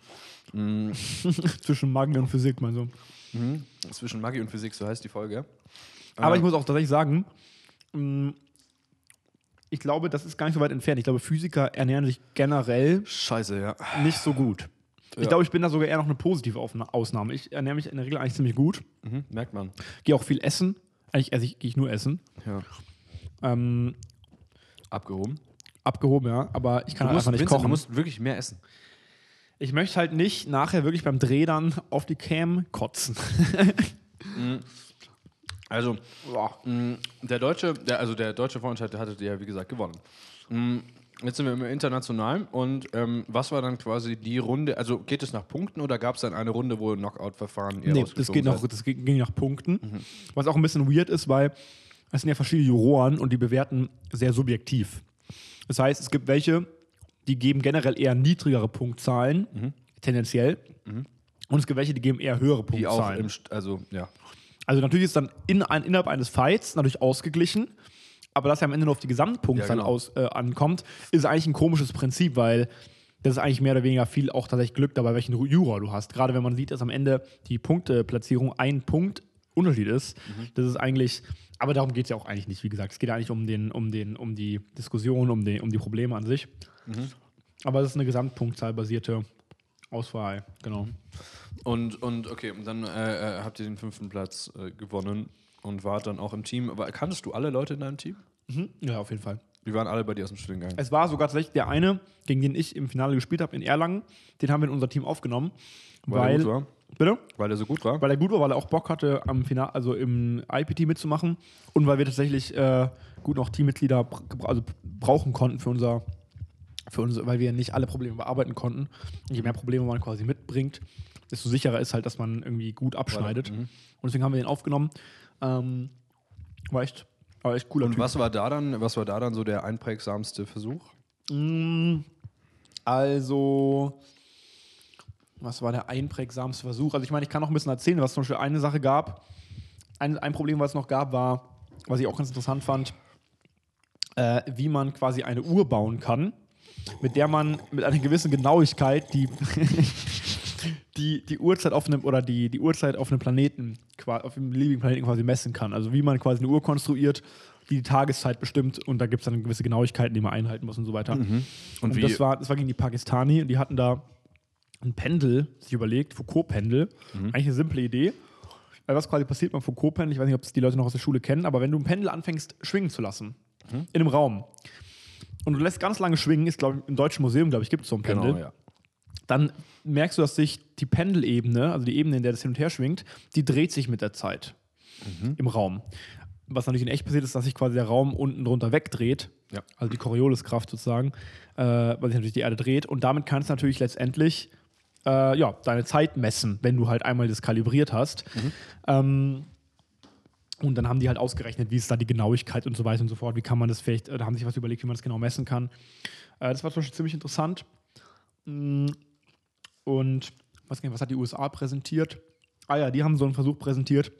Zwischen Magie und Physik, mal so. Mhm. Zwischen Magie und Physik, so heißt die Folge. Ähm. Aber ich muss auch tatsächlich sagen, mh, ich glaube, das ist gar nicht so weit entfernt. Ich glaube, Physiker ernähren sich generell Scheiße, ja. nicht so gut. Ich Ja. glaube, ich bin da sogar eher noch eine positive Aufna- Ausnahme. Ich ernähre mich in der Regel eigentlich ziemlich gut. Mhm, merkt man. Gehe auch viel essen. Eigentlich esse ich, gehe ich nur essen. Ja. Ähm, Abgehoben. abgehoben, ja. Aber ich kann Du halt musst, einfach nicht Vincent, du kochen. musst wirklich mehr essen. Ich möchte halt nicht nachher wirklich beim Dreh dann auf die Cam kotzen. Also, mh, der deutsche, der, also der deutsche Vorentscheid der hatte ja, wie gesagt, gewonnen. Mh, Jetzt sind wir im international und ähm, was war dann quasi die Runde? Also geht es nach Punkten oder gab es dann eine Runde, wo Knockout-Verfahren ihr Nee, das, rausgeschoben geht nach, seid? Mhm. das ging ging nach Punkten. Was auch ein bisschen weird ist, weil es sind ja verschiedene Juroren und die bewerten sehr subjektiv. Das heißt, es gibt welche, die geben generell eher niedrigere Punktzahlen, Mhm. tendenziell. Und es gibt welche, die geben eher höhere Die auch im, Punktzahlen. St- also ja. Also natürlich ist dann in, ein, innerhalb eines Fights natürlich ausgeglichen. Aber dass er am Ende nur auf die Gesamtpunktzahl Ja, genau. aus, äh, ankommt, ist eigentlich ein komisches Prinzip, weil das ist eigentlich mehr oder weniger viel auch tatsächlich Glück dabei, welchen Ru- Juror du hast. Gerade wenn man sieht, dass am Ende die Punkteplatzierung ein Punkt Unterschied ist. Mhm. Das ist eigentlich, aber darum geht es ja auch eigentlich nicht, wie gesagt. Es geht ja eigentlich um, den, um, den, um die Diskussion, um, den, um die Probleme an sich. Mhm. Aber es ist eine gesamtpunktzahlbasierte Auswahl, Mhm. genau. Und, und okay, und dann äh, äh, habt ihr den fünften Platz äh, gewonnen und wart dann auch im Team. Aber kanntest du alle Leute in deinem Team? Mhm. Ja, auf jeden Fall. Die waren alle bei dir aus dem Studiengang. Es war sogar tatsächlich der eine, gegen den ich im Finale gespielt habe in Erlangen, den haben wir in unser Team aufgenommen. Weil er Weil, gut war? bitte? Weil er so gut war? Weil er gut war, weil er auch Bock hatte, am Finale, also im IPT mitzumachen und weil wir tatsächlich äh, gut noch Teammitglieder br- gebra- also brauchen konnten für unser, für unser, weil wir nicht alle Probleme bearbeiten konnten. Und je mehr Probleme man quasi mitbringt, desto sicherer ist halt, dass man irgendwie gut abschneidet. Mhm. Und deswegen haben wir den aufgenommen. Ähm, war echt, war echt cooler Und Typ. was war da dann, was war da dann so der einprägsamste Versuch? Mm, Also, was war der einprägsamste Versuch? Also, ich meine, ich kann noch ein bisschen erzählen, was zum Beispiel eine Sache gab. Ein, ein Problem, was es noch gab, war, was ich auch ganz interessant fand, äh, wie man quasi eine Uhr bauen kann, mit der man mit einer gewissen Genauigkeit die, die, die Uhrzeit auf einem oder die, die Uhrzeit auf einem Planeten, qua- auf dem beliebigen Planeten quasi messen kann. Also wie man quasi eine Uhr konstruiert, die die Tageszeit bestimmt und da gibt es dann gewisse Genauigkeiten, die man einhalten muss und so weiter. Und, wie- das, war, das war gegen die Pakistani und die hatten da ein Pendel sich überlegt, Foucault-Pendel. Mhm. Eigentlich eine simple Idee. Weil was quasi passiert beim Foucault-Pendel, ich weiß nicht, ob es die Leute noch aus der Schule kennen, aber wenn du ein Pendel anfängst, schwingen zu lassen, Mhm. in einem Raum, und du lässt ganz lange schwingen, ist, glaube ich, im Deutschen Museum, glaube ich, gibt es so ein Pendel, Genau, ja. dann merkst du, dass sich die Pendelebene, also die Ebene, in der das hin und her schwingt, die dreht sich mit der Zeit im Raum. Was natürlich in echt passiert, ist, dass sich quasi der Raum unten drunter wegdreht. Ja. Also die Corioliskraft sozusagen, äh, weil sich natürlich die Erde dreht. Und damit kannst du natürlich letztendlich äh, ja, deine Zeit messen, wenn du halt einmal das kalibriert hast. Ähm, und dann haben die halt ausgerechnet, wie ist da die Genauigkeit und so weiter und so fort. Wie kann man das vielleicht, äh, da haben sich was überlegt, wie man das genau messen kann. Äh, das war zum Beispiel ziemlich interessant. Mm, Und weiß gar nicht, was hat die USA präsentiert? Ah ja, die haben so einen Versuch präsentiert,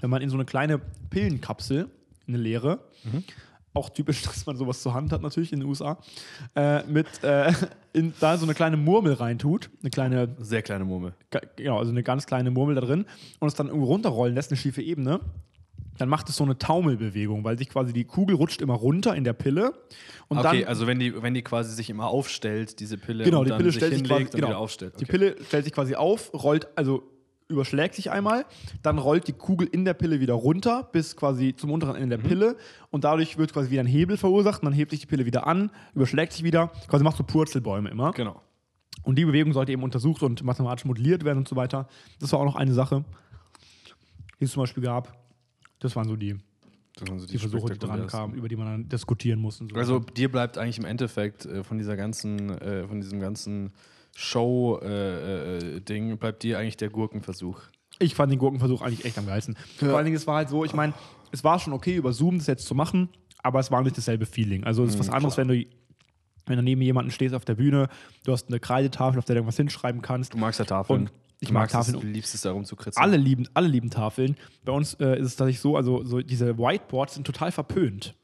wenn man in so eine kleine Pillenkapsel, eine leere, Mhm. auch typisch, dass man sowas zur Hand hat natürlich in den USA, äh, mit äh, in, da so eine kleine Murmel reintut, eine kleine Sehr kleine Murmel. Ge- genau, also eine ganz kleine Murmel da drin und es dann irgendwo runterrollen lässt, eine schiefe Ebene, dann macht es so eine Taumelbewegung, weil sich quasi die Kugel rutscht immer runter in der Pille und okay, dann also wenn die, wenn die quasi sich immer aufstellt, diese Pille, genau, und die dann Pille sich stellt sich quasi, hinlegt und genau, wieder aufstellt. Die Okay. Pille stellt sich quasi auf, rollt also überschlägt sich einmal, dann rollt die Kugel in der Pille wieder runter bis quasi zum unteren Ende Mhm. der Pille und dadurch wird quasi wieder ein Hebel verursacht und dann hebt sich die Pille wieder an, überschlägt sich wieder, quasi macht so Purzelbäume immer. Genau. Und die Bewegung sollte eben untersucht und mathematisch modelliert werden und so weiter. Das war auch noch eine Sache, die es zum Beispiel gab. Das waren so die, Das waren so die Versuche, die dran spektakulärsten. kamen, über die man dann diskutieren musste. Und so. Also dir bleibt eigentlich im Endeffekt äh, von dieser ganzen, äh, von diesem ganzen Show-Ding äh, äh, Ding bleibt dir eigentlich der Gurkenversuch. ich fand den Gurkenversuch eigentlich echt am geilsten. Vor allen Dingen, es war halt so, ich meine, es war schon okay, über Zoom das jetzt zu machen, aber es war nicht dasselbe Feeling. Also Mhm, es ist was anderes, wenn du, wenn du neben jemanden stehst auf der Bühne, du hast eine Kreidetafel, auf der du irgendwas hinschreiben kannst. Du magst ja Tafeln. Und ich Du mag magst Tafeln Es, und- du liebst es darum zu kritzen. Alle lieben, alle lieben Tafeln. Bei uns äh, ist es tatsächlich so, also so diese Whiteboards sind total verpönt.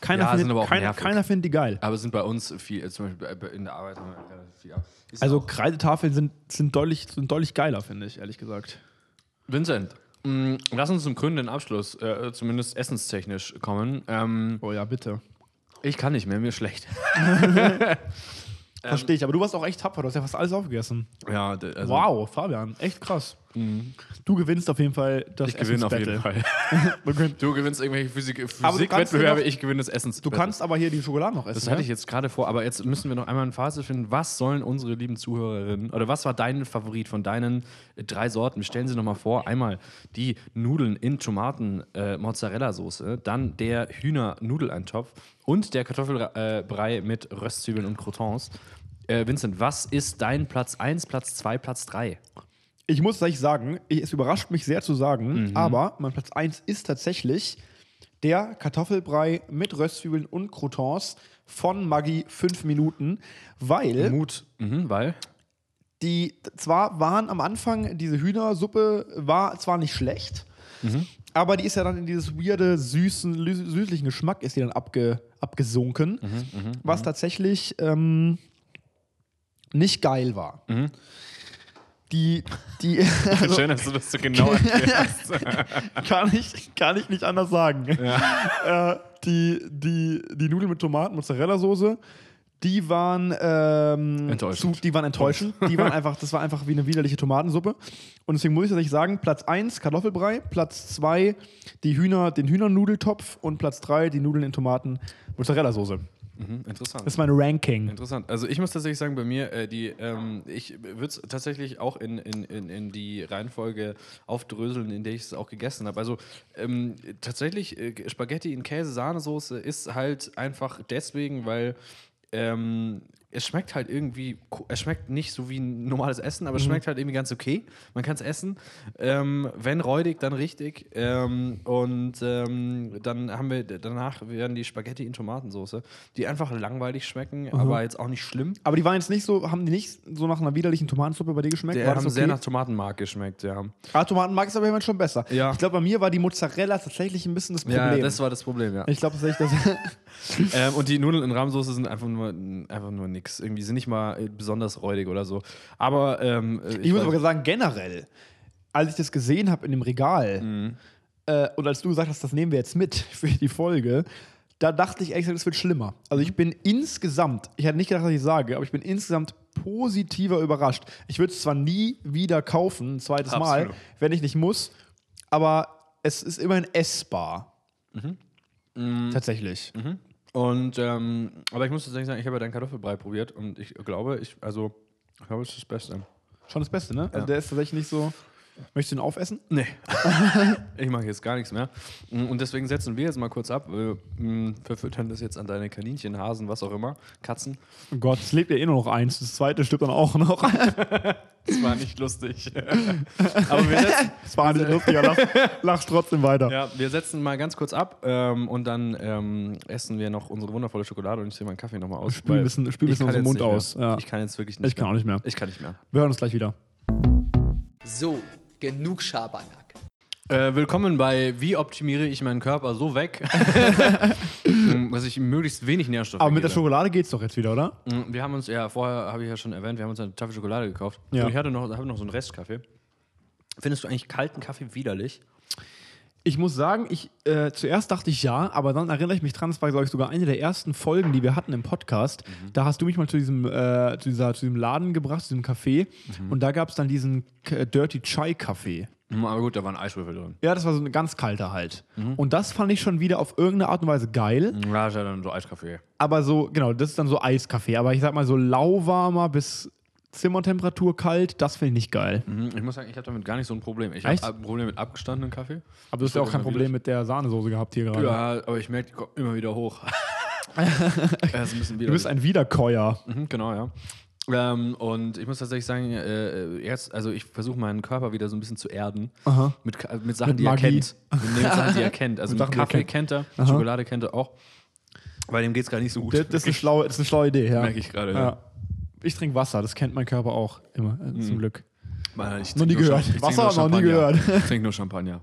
Keiner, Ja, findet, sind aber auch keiner, nervig. keiner findet die geil. Aber es sind bei uns viel, äh, zum Beispiel bei- in der Arbeit haben wir relativ viel. ab. Ist Also auch- Kreidetafeln sind, sind, deutlich, sind deutlich geiler, finde ich, ehrlich gesagt. Vincent, mh, lass uns zum krönenden Abschluss, äh, zumindest essenstechnisch, kommen. Ähm, Oh ja, bitte. ich kann nicht mehr, mir ist schlecht. Ähm, Verstehe ich, aber du warst auch echt tapfer, du hast ja fast alles aufgegessen. Ja, d- also, Mhm. wow, Fabian, echt krass. Du gewinnst auf jeden Fall das Ich gewinne auf jeden Essensbattle. Fall. Wir können- Du gewinnst irgendwelche Physik Aber du kannst Physikwettbewerbe, dir noch- ich gewinne das Essens. Du kannst aber hier die Schokolade noch essen. Das hatte ich ne? jetzt gerade vor, aber jetzt müssen wir noch einmal ein Fazit finden. Was sollen unsere lieben Zuhörerinnen oder was war dein Favorit von deinen äh, drei Sorten? Stellen Sie nochmal vor: einmal die Nudeln in Tomaten-Mozzarella-Soße, dann der Hühner-Nudeleintopf und der Kartoffelbrei mit Röstzwiebeln und Croutons. Äh, Vincent, was ist dein Platz 1, Platz 2, Platz 3? ich muss tatsächlich sagen, ich, es überrascht mich sehr zu sagen, Mhm. aber mein Platz 1 ist tatsächlich der Kartoffelbrei mit Röstzwiebeln und Croutons von Maggi 5 Minuten, weil Mut, mhm, weil. die zwar waren am Anfang diese Hühnersuppe war zwar nicht schlecht, aber die ist ja dann in dieses weirde süßen lü- süßlichen Geschmack ist die dann abge, abgesunken, was tatsächlich ähm, nicht geil war. Die, die also, Schön, dass du das so genau erklärst. kann, ich, kann ich nicht anders sagen. Äh, die, die, die Nudeln mit Tomaten, Mozzarella-Soße, die waren ähm, Enttäuschend. Zu, die waren enttäuschend. Die waren einfach, das war einfach wie eine widerliche Tomatensuppe. Und deswegen muss ich tatsächlich sagen, Platz 1 Kartoffelbrei, Platz 2 die Hühner, den Hühnernudeltopf und Platz 3 die Nudeln in Tomaten Mozzarella-Soße. Mhm, interessant. Das ist mein Ranking. Interessant. Also ich muss tatsächlich sagen, bei mir, äh, die, ähm, ich würde es tatsächlich auch in, in, in, in die Reihenfolge aufdröseln, in der ich es auch gegessen habe. Also ähm, tatsächlich, äh, Spaghetti in Käse-Sahnesoße ist halt einfach deswegen, weil ähm, es schmeckt halt irgendwie, ko- es schmeckt nicht so wie ein normales Essen, aber es schmeckt halt irgendwie ganz okay. Man kann es essen. Ähm, wenn räudig, dann richtig. Ähm, und ähm, dann haben wir danach werden die Spaghetti in Tomatensoße, die einfach langweilig schmecken, aber jetzt auch nicht schlimm. Aber die waren jetzt nicht so, haben die nicht so nach einer widerlichen Tomatensuppe bei dir geschmeckt? Die War haben das sehr okay? nach Tomatenmark geschmeckt, ja. Ah, Tomatenmark ist aber jemand schon besser. Ja. Ich glaube, bei mir war die Mozzarella tatsächlich ein bisschen das Problem. Ja, das war das Problem, ja. ich glaube tatsächlich, dass. ähm, und die Nudeln in Rahmsoße sind einfach nur, einfach nur nix. Irgendwie sind nicht mal äh, besonders räudig oder so. Aber ähm, äh, Ich, muss weiß- aber sagen, generell, als ich das gesehen habe in dem Regal Mhm. äh, und als du gesagt hast, das nehmen wir jetzt mit für die Folge, da dachte ich echt, das wird schlimmer. Also Mhm. ich bin insgesamt, ich hätte nicht gedacht, dass ich sage, aber ich bin insgesamt positiver überrascht. Ich würde es zwar nie wieder kaufen, ein zweites Absolut. Mal, wenn ich nicht muss, aber es ist immerhin essbar. Mhm. Tatsächlich. Und ähm, aber ich muss tatsächlich sagen, ich habe ja deinen Kartoffelbrei probiert und ich glaube, ich, also, ich glaube, es ist das Beste. Schon das Beste, ne? Also der ist tatsächlich nicht so. Möchtest du ihn aufessen? Nee. ich mache jetzt gar nichts mehr. Mm, Und deswegen setzen wir jetzt mal kurz ab. Wir mm, verfüttern das jetzt an deine Kaninchen, Hasen, was auch immer, Katzen. Oh Gott, es lebt ja eh nur noch eins. Das zweite stirbt dann auch noch. Das war nicht lustig. aber wir setzen, Es war nicht lustig, aber lach, lachst trotzdem weiter. ja, wir setzen mal ganz kurz ab ähm, und dann ähm, essen wir noch unsere wundervolle Schokolade und ich ziehe meinen Kaffee nochmal aus. Spül ein weil bisschen- spül ein ich bisschen kann aus jetzt dem Mund nicht Mehr. aus, ja. Ich kann jetzt wirklich nicht Ich kann auch mehr. nicht mehr. Ich kann nicht mehr. Wir hören uns gleich wieder. So, genug Schabernack. Äh, willkommen bei Wie optimiere ich meinen Körper so weg, Mm, dass ich ihm möglichst wenig Nährstoffe Aber mit der gebe. Schokolade geht's doch jetzt wieder, oder? Mm, Wir haben uns, ja, vorher habe ich ja schon erwähnt, wir haben uns eine Tafel Schokolade gekauft. Ja. Und ich hatte noch, habe noch so einen Restkaffee. Findest du eigentlich kalten Kaffee widerlich? Ich muss sagen, ich äh, zuerst dachte ich ja, aber dann erinnere ich mich dran, das war, glaube ich, sogar eine der ersten Folgen, die wir hatten im Podcast. Da hast du mich mal zu diesem, äh, zu dieser, zu diesem Laden gebracht, zu diesem Café. Und da gab es dann diesen K Dirty Chai Kaffee. Mm, Aber gut, da waren Eiswürfel drin. Ja, das war so ein ganz kalter halt. Und das fand ich schon wieder auf irgendeine Art und Weise geil. Ja, Mm, ist ja dann so Eiskaffee. Aber so, genau, das ist dann so Eiskaffee. Aber ich sag mal, so lauwarmer bis Zimmertemperatur kalt, das finde ich nicht geil. Mm, Ich muss sagen, ich habe damit gar nicht so ein Problem. Ich Echt? habe ein Problem mit abgestandenem Kaffee. Aber du hast ja auch kein Problem mit der Sahnesoße gehabt hier gerade. Ja, aber ich merke, die kommt immer wieder hoch. das ist ein bisschen Du bist ein Wiederkäuer. Mhm, genau, ja. Ähm, und ich muss tatsächlich sagen, äh, jetzt, also ich versuche meinen Körper wieder so ein bisschen zu erden. Mit, Ka- mit Sachen, Mit die er Magie. kennt. Mit Sachen, die er kennt. Also Mit mit Sachen, die er Kaffee kennt. kennt er, Schokolade kennt er auch. Bei dem geht es gar nicht so gut. Das, das, ist eine schlaue, das ist eine schlaue Idee, ja. Merk ich gerade, Ja. ja. Hm. Ich trinke Wasser, das kennt mein Körper auch immer, äh, zum Glück. Mann, ich Noch nie trink nur gehört. Champ- ich trink Wasser nur noch nie Champagner. gehört. Ich trinke nur Champagner.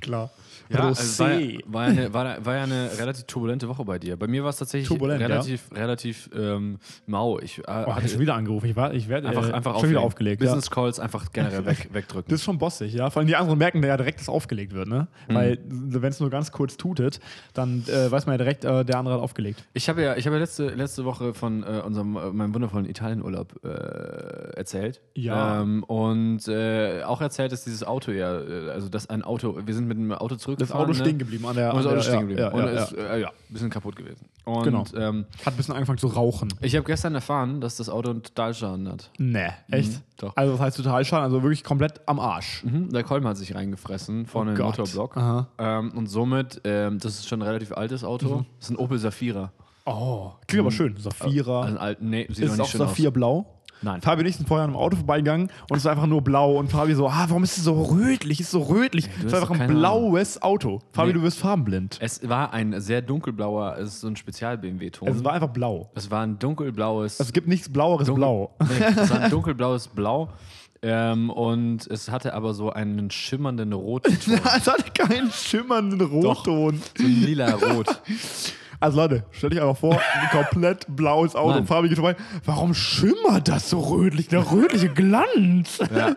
Klar. Ja, also war, ja- war, ja eine, war, ja- war ja eine relativ turbulente Woche bei dir. Bei mir war es tatsächlich Turbulent, ja. relativ, relativ ähm, mau. Ich äh, oh, hab ich hatte schon wieder angerufen. Ich, war, ich werde einfach, äh, einfach schon wieder auflegen. aufgelegt. Ja. Business Calls einfach generell weg, wegdrücken. Das ist schon bossig, ja. Vor allem die anderen merken ja direkt, dass aufgelegt wird, ne? Hm. Weil, wenn es nur ganz kurz tutet, dann äh, weiß man ja direkt, äh, der andere hat aufgelegt. Ich habe ja, ich habe ja letzte, letzte Woche von äh, unserem, äh, meinem wundervollen Italienurlaub äh, erzählt. Ja. Ähm, und äh, auch erzählt, dass dieses Auto ja, äh, also dass ein Auto, wir sind mit einem Auto Das zurückgefahren. Auto ne? stehen geblieben an der. Und das an Auto der- stehen geblieben. Ja, ja, und ja, ist, äh, ja, ein bisschen kaputt gewesen. Und Genau. ähm, Hat ein bisschen angefangen zu rauchen. ich habe gestern erfahren, dass das Auto einen Stahlschaden hat. Nee, echt? Mhm. doch. Also das heißt total schaden, also wirklich komplett am Arsch. Mhm, der Kolben hat sich reingefressen vorne im Oh Gott. Motorblock. Aha. Mhm. Ähm, und somit, ähm, das ist schon ein relativ altes Auto. Das ist ein Opel Safira. Oh, klingt aber schön. Saphira. Also ein alt, nee, sieht noch Ah. ist es nicht auch schön aus. Saphirblau? Nein. Fabi und ich sind vorher an einem Auto vorbeigegangen und es war einfach nur blau. Und Fabi so, ah, warum ist es so rötlich? Ist so rötlich. es hast war einfach doch ein keine blaues Auto. Fabi, Nee. du wirst farbenblind. Es war ein sehr dunkelblauer, es ist so ein Spezial-BMW-Ton. Es war einfach blau. Also Es war ein dunkelblaues. Es gibt nichts blaueres dunkel- Blau. Nee, es war ein dunkelblaues Blau. Ähm, und es hatte aber so einen schimmernden Rotton. es hatte keinen schimmernden Rotton. So ein lila Rot. Also Leute, stell dich einfach vor, ein komplett blaues Auto, Nein. Fabi geht vorbei. Warum schimmert das so rötlich? Der rötliche Glanz. Ja.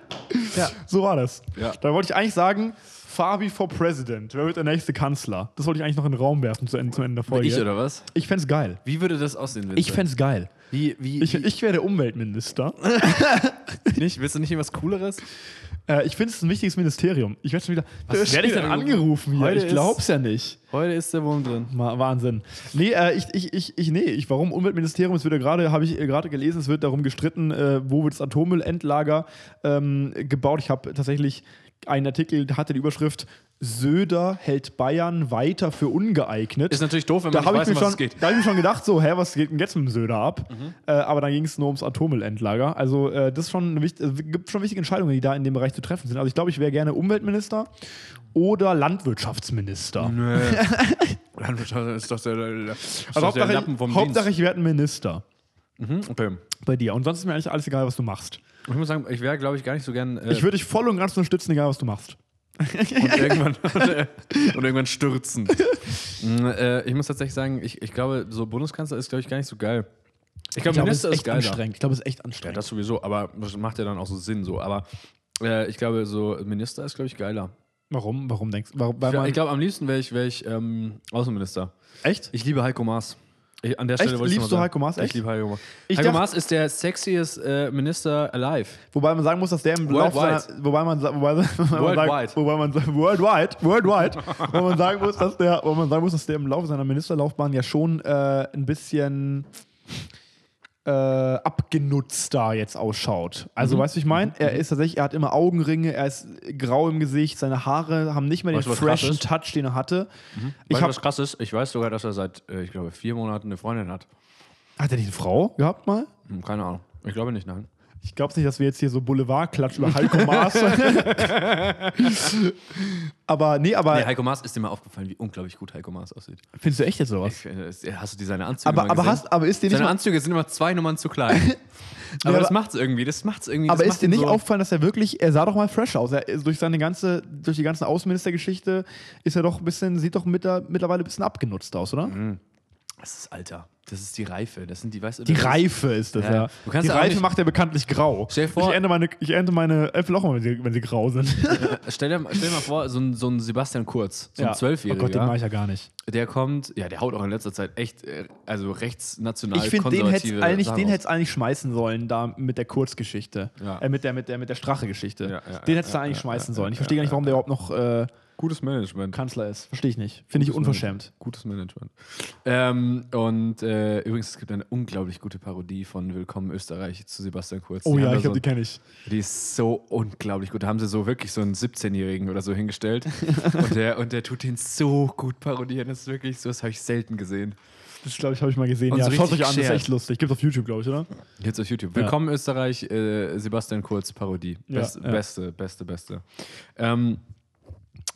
So war das. Ja. Da wollte ich eigentlich sagen, Fabi for President. Wer wird der nächste Kanzler? Das wollte ich eigentlich noch in den Raum werfen zu Ende, zum Ende der Folge. Ich oder was? Ich fänd's geil. Wie würde das aussehen? Vincent? Oh, Ich fänd's geil. Wie, wie, Ich, ich wäre der Umweltminister. wie nicht? Willst du nicht irgendwas Cooleres? Äh, ich finde es ein wichtiges Ministerium. Ich werde schon wieder. Was werde ich schon denn wieder angerufen hier? Heute ich glaub's ja nicht. Heute ist der Wurm drin. Ma- Wahnsinn. Nee, äh, ich, ich, ich, ich, nee, ich, warum Umweltministerium? Es wird ja gerade, habe ich äh, gerade gelesen, es wird darum gestritten, äh, wo wird das Atommüllendlager ähm, gebaut. Ich habe tatsächlich einen Artikel, der hatte die Überschrift Söder hält Bayern weiter für ungeeignet. Ist natürlich doof, wenn da man habe nicht ich, weiß, mir um was schon- es geht. Mhm. da hab ich mir schon gedacht, so, hä, was geht denn jetzt mit dem Söder ab? Äh, aber dann ging es nur ums Atommüllendlager. Also, äh, das ist schon eine wicht- äh, gibt schon wichtige Entscheidungen, die da in dem Bereich zu treffen sind. Also, ich glaube, ich wäre gerne Umweltminister oder Landwirtschaftsminister. Mhm. Landwirtschaft ist doch der, der, ist Also doch der Hauptsache, Lappen vom Hauptsache ich werde ein Minister Dienst. Okay. bei dir. Und sonst ist mir eigentlich alles egal, was du machst. Ich muss sagen, ich wäre, glaube ich, gar nicht so gern. Äh, Ich würde dich voll und ganz unterstützen, egal was du machst. und, irgendwann, und irgendwann stürzen. Mm, äh, ich muss tatsächlich sagen, ich, ich glaube, so Bundeskanzler ist, glaube ich, gar nicht so geil. Ich glaube, Minister ist, geiler. Ich glaube, es ist echt Ja, anstrengend. das sowieso, aber das macht ja dann auch so Sinn so. Aber äh, ich glaube, so Minister ist, glaube ich, geiler. warum? Warum denkst du? Warum, weil Ich, man, ich glaube, am liebsten wäre ich, wär ich ähm, Außenminister. echt? Ich liebe Heiko Maas. Ich, an der Stelle Echt? wollte ich Liebst noch mal sagen. du Heiko Maas? Echt? Ich liebe Heiko Maas. Ich Heiko dachte- Maas ist der sexiest äh, Minister alive. Wobei man sagen muss, dass der im Lauf Worldwide. seiner, wobei man, sa- wobei, wobei man Worldwide. sagen, wobei man sa- worldwide, worldwide, wo man sagen muss, dass der, wo man sagen muss, dass der im Laufe seiner Ministerlaufbahn ja schon äh, ein bisschen äh, abgenutzter jetzt ausschaut. Mhm. Also, weißt du, wie ich meine? Er ist tatsächlich, er hat immer Augenringe, er ist grau im Gesicht, seine Haare haben nicht mehr Weißt du, den was krass freshen ist? Mhm. Touch, den er hatte. Ich Weißt du, hab, was krass ist? Ich weiß sogar, dass er seit, äh, ich glaube, vier Monaten eine Freundin hat. hat er nicht eine Frau gehabt mal? Hm, keine Ahnung. Ich glaube nicht, nein. Ich glaube nicht, dass wir jetzt hier so Boulevardklatsch über Heiko Maas. aber nee, aber Nee, Heiko Maas ist dir mal aufgefallen, wie unglaublich gut Heiko Maas aussieht. findest du echt jetzt sowas? Ich, äh, hast du die seine Anzüge Aber, mal aber, gesehen? hast, aber ist dir nicht, seine mal, Anzüge sind immer zwei Nummern zu klein. aber, aber- das macht's irgendwie, das macht's irgendwie. aber das ist macht dir ihn nicht so- aufgefallen, dass er wirklich, er sah doch mal fresh aus. Er, ist durch seine ganze, durch die ganze Außenministergeschichte ist er doch ein bisschen, sieht doch mit, mittlerweile ein bisschen abgenutzt aus, oder? Mhm. Das ist Alter. Das ist die Reife. Das sind die, weißt du, Die das ist- Reife ist das, Ja. ja. Du kannst Die ja auch Reife nicht- macht er bekanntlich grau. Stell dir vor- ich ernte meine, ich ernte meine Äpfel auch mal, wenn sie, wenn sie grau sind. Stell dir, stell dir mal vor, so ein, so ein Sebastian Kurz, so ein Ja. Oh Gott, Zwölfjähriger, den mache ich ja gar nicht. der kommt, ja, der haut auch in letzter Zeit echt, äh, also rechtsnational Ich finde, den hätte konservative es eigentlich, Sachen den raus. hätt's eigentlich schmeißen sollen, da mit der Kurzgeschichte. Ja. Äh, mit der, mit der, mit der Strache-Geschichte. Ja, ja, den ja, hätte es da eigentlich schmeißen sollen. ja, Ich verstehe gar nicht, warum der überhaupt noch äh, Gutes Management. Kanzler ist. Verstehe ich nicht. Finde ich Gutes unverschämt. Gutes Management. Ähm, und äh, übrigens, es gibt eine unglaublich gute Parodie von Willkommen Österreich zu Sebastian Kurz. Oh Die ja, haben da ich so glaube, die kenne ich. Die ist so unglaublich gut. Da haben sie so wirklich so einen 17-Jährigen oder so hingestellt. und, der, und der tut den so gut parodieren. Das ist wirklich so, das habe ich selten gesehen. Das glaube ich, habe ich mal gesehen. Und ja, so schaut euch richtig an, das ist shared. echt lustig. Gibt's auf YouTube, glaube ich, oder? Jetzt auf YouTube. Willkommen Österreich, äh, Sebastian Kurz, Parodie. Ja, Best, ja. Beste, beste, beste. Ähm,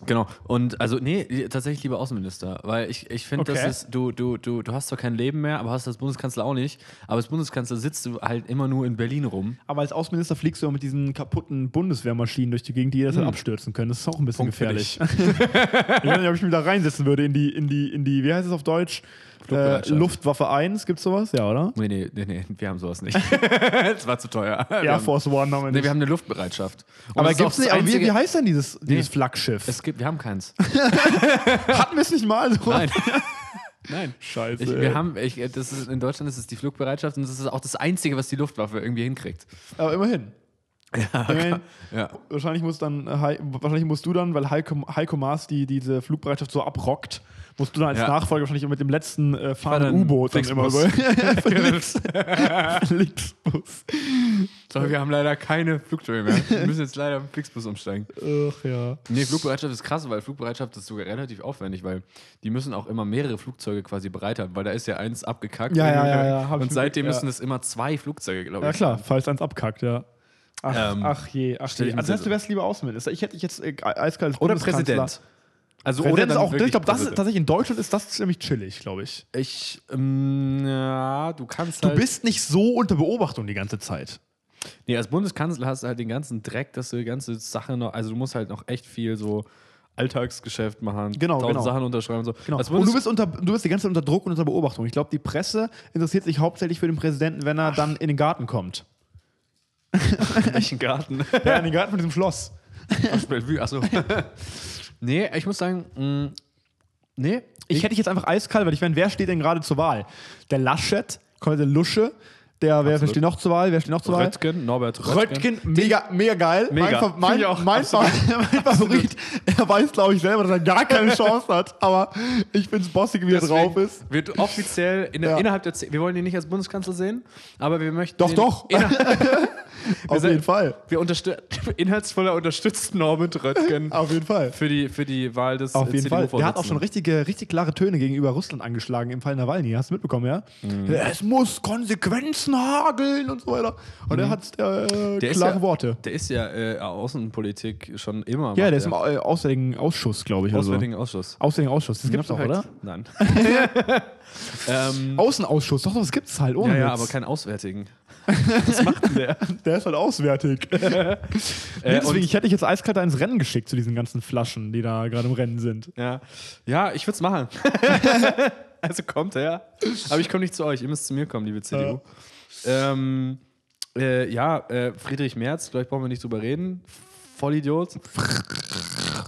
genau. Und also, nee, tatsächlich lieber Außenminister, weil ich, ich finde, Okay. dass du, du, du, du hast zwar kein Leben mehr, aber hast als Bundeskanzler auch nicht. Aber als Bundeskanzler sitzt du halt immer nur in Berlin rum. Aber als Außenminister fliegst du ja mit diesen kaputten Bundeswehrmaschinen durch die Gegend, die jederzeit abstürzen können. Das ist auch ein bisschen Hm. Punkt für gefährlich. ich weiß nicht, ob ich mich da reinsetzen würde in die, in die, in die, wie heißt es auf Deutsch? Äh, Flugbereitschaft. Luftwaffe 1, gibt's sowas? Ja, oder? Nee, nee, nee, nee, wir haben sowas nicht. Es war zu teuer. Wir Air haben- Force One haben wir Nee, nicht. wir haben eine Luftbereitschaft. Und aber das ist auch gibt's das nicht, aber wie, einzige- wie heißt denn dieses, dieses Flaggschiff? Es gibt, wir haben keins. hatten wir es nicht mal so. Nein. Nein. Scheiße. Ich, wir haben, ich, das ist, in Deutschland ist es die Flugbereitschaft und das ist auch das Einzige, was die Luftwaffe irgendwie hinkriegt. aber immerhin. immerhin. Ja. Wahrscheinlich, muss dann, äh, Hei- wahrscheinlich musst du dann, weil Heiko, Heiko Maas die, diese Flugbereitschaft so abrockt, musst du dann als Ja. Nachfolger wahrscheinlich mit dem letzten äh, dann fahrenden U-Boot dann immer Flixbus. Genau. über. Flix- Flixbus. So, wir haben leider keine Flugzeuge mehr. Wir müssen jetzt leider im Flixbus umsteigen. Ach ja. Nee, Flugbereitschaft ist krass, weil Flugbereitschaft ist sogar relativ aufwendig, weil die müssen auch immer mehrere Flugzeuge quasi bereitern, weil da ist ja eins abgekackt. Ja, ja, ja, ja, hab ich und mitbe- seitdem ja. müssen es immer zwei Flugzeuge, glaube ich. Ja klar, falls eins abkackt, ja. Ach, Ähm, ach je, ach stell je. ich mir Also, das heißt, so- du wärst lieber Außenminister. Ich hätte dich jetzt äh, eiskalt als Oder Bundeskanzler- Präsident. Also Präsident ist dann auch, ich wirklich glaube, das ist Präsident. tatsächlich in Deutschland ist das ziemlich chillig, glaube ich. Ich, ähm, ja, du kannst Du halt. bist nicht so unter Beobachtung die ganze Zeit. nee, als Bundeskanzler hast du halt den ganzen Dreck, dass du die ganze Sache noch. Also, du musst halt noch echt viel so Alltagsgeschäft machen, Genau, tausend genau. Sachen unterschreiben und so. Genau. Als Und du Bundes bist, unter, du bist die ganze Zeit unter Druck und unter Beobachtung. Ich glaube, die Presse interessiert sich hauptsächlich für den Präsidenten, wenn er dann in den Garten kommt. welchen Garten? Ja, in den Garten von diesem Schloss. Aus Bellevue, achso. nee, ich muss sagen, mm, mh, nee, Ich hätte dich jetzt einfach eiskalt, weil ich meine, wer steht denn gerade zur Wahl? Der Laschet, der Lusche, der, wer, wer steht noch zur Wahl? Wer steht noch zur Wahl? Röttgen, Norbert Röttgen. Röttgen, mega, mega geil. Mega. Mein, Fa- Finde mein, ich auch. mein, Fa- mein Favorit. Er weiß, glaube ich, selber, dass er gar keine Chance hat. Aber ich bin's bossig, wie er drauf ist. Wird offiziell in der, Ja. innerhalb der Ze- Wir wollen ihn nicht als Bundeskanzler sehen, aber wir möchten. Doch, ihn doch. Auf sind- jeden Fall. Wir unterstü inhaltsvoller unterstützt Norbert Röttgen Auf jeden Fall. für die, für die Wahl des Auf äh, jeden Fall. Der hat auch schon CDU-Vorsitzenden. richtige, richtig klare Töne gegenüber Russland angeschlagen im Fall Nawalny. Hast du mitbekommen, ja? Es muss Konsequenzen hageln und so weiter. Und er hat äh, Der ist klare ja- Worte. Der ist ja äh, Außenpolitik schon immer. Ja, macht der ist im er. Au- äh, Auswärtigen Ausschuss, glaube ich. oder so. Auswärtigen Ausschuss. halt. Auswärtigen Ausschuss, das gibt's halt. doch, oder? Nein. ähm, Außenausschuss, doch, das gibt's halt, ohne ja, ja, Witz. aber keinen Auswärtigen. Der ist halt auswärtig. Äh, Deswegen, und, ich hätte dich jetzt eiskalt da ins Rennen geschickt zu diesen ganzen Flaschen, die da gerade im Rennen sind. ja. ja, ich würde es machen. also kommt her. Aber ich komme nicht zu euch. Ihr müsst zu mir kommen, liebe CDU. Ähm, äh, ja, äh, Friedrich Merz, vielleicht brauchen wir nicht drüber reden. Vollidiot.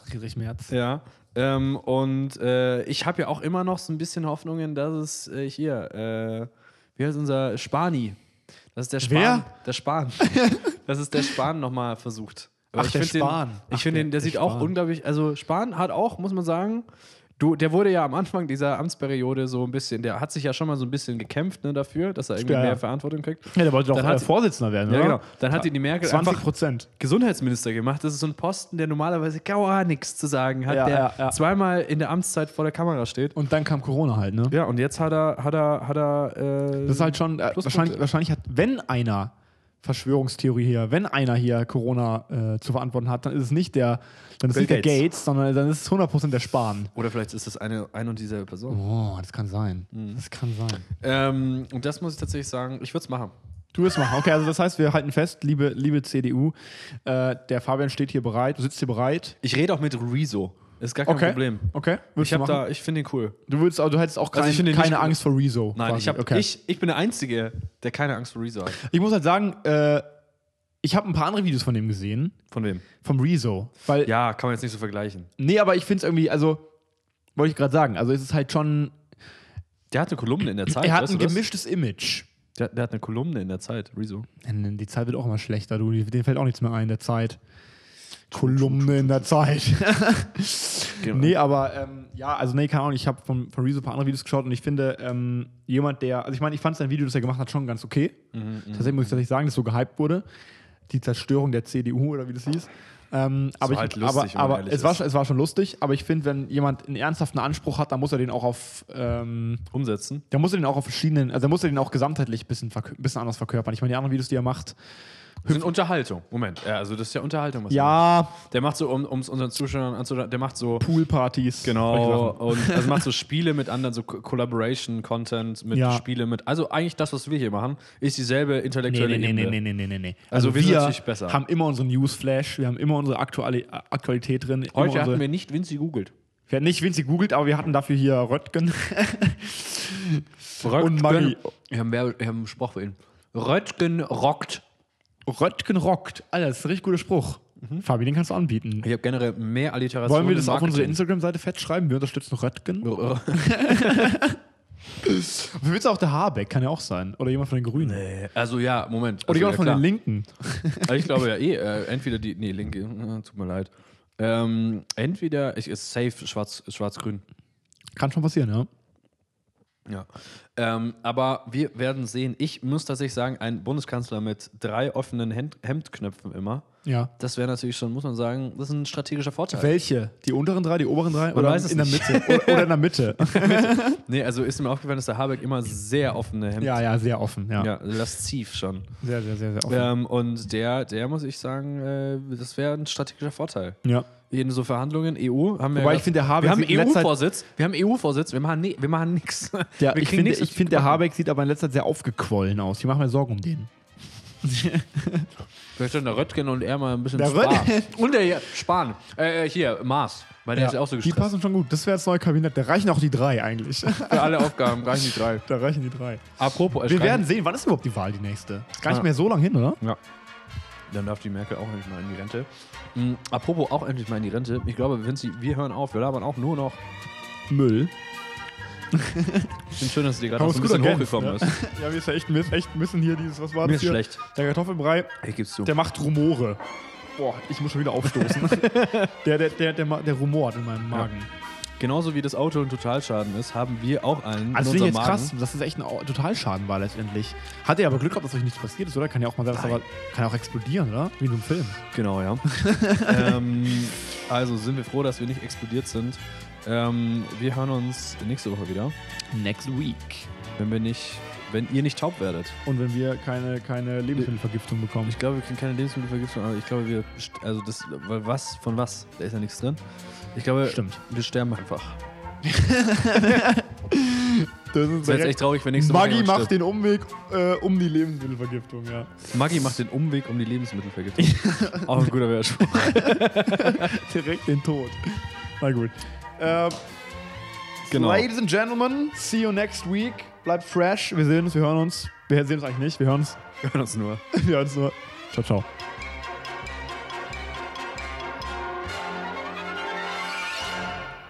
Friedrich Merz. Ja. Ähm, und äh, ich habe ja auch immer noch so ein bisschen Hoffnungen, dass es äh, hier, äh, wie heißt unser Spani? Das ist der Span. Wer? Der Span. das ist der Span nochmal versucht. Aber Ach, ich der find den- Spahn. Ach, Ich finde der- den, der, der sieht auch Spahn. unglaublich, also Spahn hat auch, muss man sagen, du, der wurde ja am Anfang dieser Amtsperiode so ein bisschen, der hat sich ja schon mal so ein bisschen gekämpft ne, dafür, dass er irgendwie Ja, ja. mehr Verantwortung kriegt. Ja, der wollte doch Dann hat äh, sie- Vorsitzender werden, Ja, oder? genau. Dann hat ihn die Merkel 20 einfach Prozent. Gesundheitsminister gemacht. Das ist so ein Posten, der normalerweise gar nichts zu sagen hat, Ja, der ja, ja. zweimal in der Amtszeit vor der Kamera steht. Und dann kam Corona halt, ne? Ja, und jetzt hat er, hat er, hat er. Äh, Das ist halt schon, äh, Pluspunkte. wahrscheinlich, wahrscheinlich hat, wenn einer, Verschwörungstheorie hier, wenn einer hier Corona äh, zu verantworten hat, dann ist es nicht der, dann ist es nicht der Gates. Gates, sondern dann ist es 100% der Spahn. Oder vielleicht ist das eine, ein und dieselbe Person. Oh, das kann sein. Das kann sein. Ähm, und das muss ich tatsächlich sagen, ich würde es machen. Du wirst machen. Okay, also das heißt, wir halten fest, liebe, liebe CDU, äh, der Fabian steht hier bereit, du sitzt hier bereit. Ich rede auch mit Rezo. Ist gar kein okay. Problem. Okay, würdest Ich du hab machen? da, ich finde ihn cool. Du, würdest, auch- du hättest auch Also kein, ich finde ihn keine nicht- Angst vor Rezo. Nein, quasi. ich, hab, okay. ich, ich bin der Einzige, der keine Angst vor Rezo hat. ich muss halt sagen, äh, ich habe ein paar andere Videos von dem gesehen, Von wem? vom Rezo. Weil Ja, kann man jetzt nicht so vergleichen. Nee, aber ich finde es irgendwie, also, wollte ich gerade sagen, also es ist halt schon, Der hat eine Kolumne in der Zeit. er hat weißt ein du das? gemischtes Image. Der, der hat eine Kolumne in der Zeit, Rezo. Die Zeit wird auch immer schlechter, du, denen fällt auch nichts mehr ein, der Zeit. Kolumne in der Zeit. nee, aber ähm, ja, also nee, keine Ahnung, ich habe von, von Rezo ein paar andere Videos geschaut und ich finde, ähm, jemand, der, also ich meine, ich fand sein Video, das er gemacht hat, schon ganz okay. Mhm, Tatsächlich muss ich tatsächlich sagen, dass so gehypt wurde. Die Zerstörung der CDU oder wie das hieß. Ähm, aber war halt ich, lustig, wenn man aber, aber ehrlich es, war, ist. schon- es war schon lustig, aber ich finde, wenn jemand einen ernsthaften Anspruch hat, dann muss er den auch auf ähm, Umsetzen. da muss er den auch auf verschiedenen, also da muss er den auch gesamtheitlich ein bisschen, verk- bisschen anders verkörpern. Ich meine, die anderen Videos, die er macht, Sind Unterhaltung. Moment. Ja, also das ist ja Unterhaltung. Was er ja, macht. Der macht so, um es unseren Zuschauern anzuhören, der macht so. Poolpartys. Genau, solche Sachen. und also macht so Spiele mit anderen, so Co- Collaboration-Content mit Ja. Spiele mit. Also eigentlich das, was wir hier machen, ist dieselbe Nee, intellektuelle nee, nee, Ebene. nee, nee, nee, nee, nee, nee. Also wir sind natürlich besser. haben immer unseren Newsflash, wir haben immer unsere Aktuali Aktualität drin. immer Heute unsere, hatten wir nicht Vinci googelt. wir hatten nicht winzig googelt, aber wir hatten dafür hier Röttgen. Und Maggi. Wir haben, wir haben einen Spruch für ihn. Röttgen rockt. Röttgen rockt. Alter, das ist ein richtig guter Spruch. Mhm. Fabi, den kannst du anbieten. Ich habe generell mehr Alliterationen. Wollen wir das im auf unsere Marketing. Instagram-Seite fett schreiben? Wir unterstützen Röttgen. Wir willst auch der Habeck, kann ja auch sein. Oder jemand von den Grünen. Also ja, Moment. Oder also, jemand ja, von klar. den Linken. Also ich glaube ja eh, äh, entweder die, nee, Linke, äh, tut mir leid. Ähm, entweder, ich ist safe schwarz- schwarz-grün. Kann schon passieren, ja. Ja. Ähm, aber wir werden sehen. Ich muss tatsächlich sagen, ein Bundeskanzler mit drei offenen Hemd Hemdknöpfen immer, Ja. das wäre natürlich schon, muss man sagen, das ist ein strategischer Vorteil. Welche? Die unteren drei, die oberen drei? Oder weiß es in der nicht. Mitte? Oder, oder in der Mitte? nee, also ist mir aufgefallen, dass der Habeck immer sehr offene Hemd. ja, ja, sehr offen. Ja, Ja, lasziv schon. sehr, sehr, sehr, sehr offen. Ähm, und der, der muss ich sagen, äh, das wäre ein strategischer Vorteil. Ja. In so Verhandlungen, EU, haben wir. Wobei ja- ich finde, der Habeck Wir haben sieht in letzter Zeit- EU-Vorsitz, wir haben EU-Vorsitz, wir machen, ni- wir machen nichts. Der, ich finde, ich finde, der Habeck sieht aber in letzter Zeit sehr aufgequollen aus. Ich mache mir Sorgen um den. Vielleicht sollen der Röttgen und er mal ein bisschen Der Röttgen. sparen. Und der hier, Spahn. Äh, äh, hier, Mars. Weil der ist ja auch so die gestresst. passen schon gut. Das wäre das neue Kabinett. Da reichen auch die drei eigentlich. Für alle Aufgaben reichen die drei. da reichen die drei. Apropos, es Wir kann- werden sehen, wann ist überhaupt die Wahl, die nächste? Ist gar nicht Ja. mehr so lang hin, oder? Ja. Dann darf die Merkel auch endlich mal in die Rente. Mhm. Apropos auch endlich mal in die Rente. Ich glaube, Vinci, wir hören auf. Wir labern auch nur noch. Müll. Ich finde schön, dass es dir gerade Haben auch so ein uns gut bisschen ergänzt, ne? hochgekommen ist. Ja, mir ist ja echt, mir ist echt ein bisschen hier dieses, was Mir war das ist hier? schlecht. Der Kartoffelbrei, Ich gib's zu. der macht Rumore. Boah, ich muss schon wieder aufstoßen. der, der, der, der, ma- der rumort in meinem Magen. Genauso wie das Auto ein Totalschaden ist, haben wir auch einen Also in unserem finde ich jetzt Magen. krass, dass es echt ein Au- Totalschaden war letztendlich. Hat er aber Glück gehabt, dass euch nichts passiert ist, oder? Kann ja auch mal sein, dass aber kann ja auch explodieren, oder? Wie in einem Film. Genau, ja. ähm, also sind wir froh, dass wir nicht explodiert sind. Ähm, wir hören uns nächste Woche wieder, Next week. wenn wir nicht, wenn ihr nicht taub werdet. Und wenn wir keine, keine Lebensmittelvergiftung bekommen. Ich glaube, wir kriegen keine Lebensmittelvergiftung, aber ich glaube, wir, best- also das, weil was von was, da ist ja nichts drin. Ich glaube, Stimmt. wir sterben einfach. Das ist Das wäre jetzt echt traurig, wenn nächste Woche Maggi jemand macht stirbt. den Umweg äh, um die Lebensmittelvergiftung, ja. Maggi macht den Umweg um die Lebensmittelvergiftung. Auch ein guter Werbespruch. Direkt den Tod. Na gut. Ähm, Genau. Ladies and Gentlemen, see you next week. Bleibt fresh. Wir sehen uns, wir hören uns. Wir sehen uns eigentlich nicht. Wir hören uns. Wir hören uns nur. Wir hören uns nur. Ciao, ciao.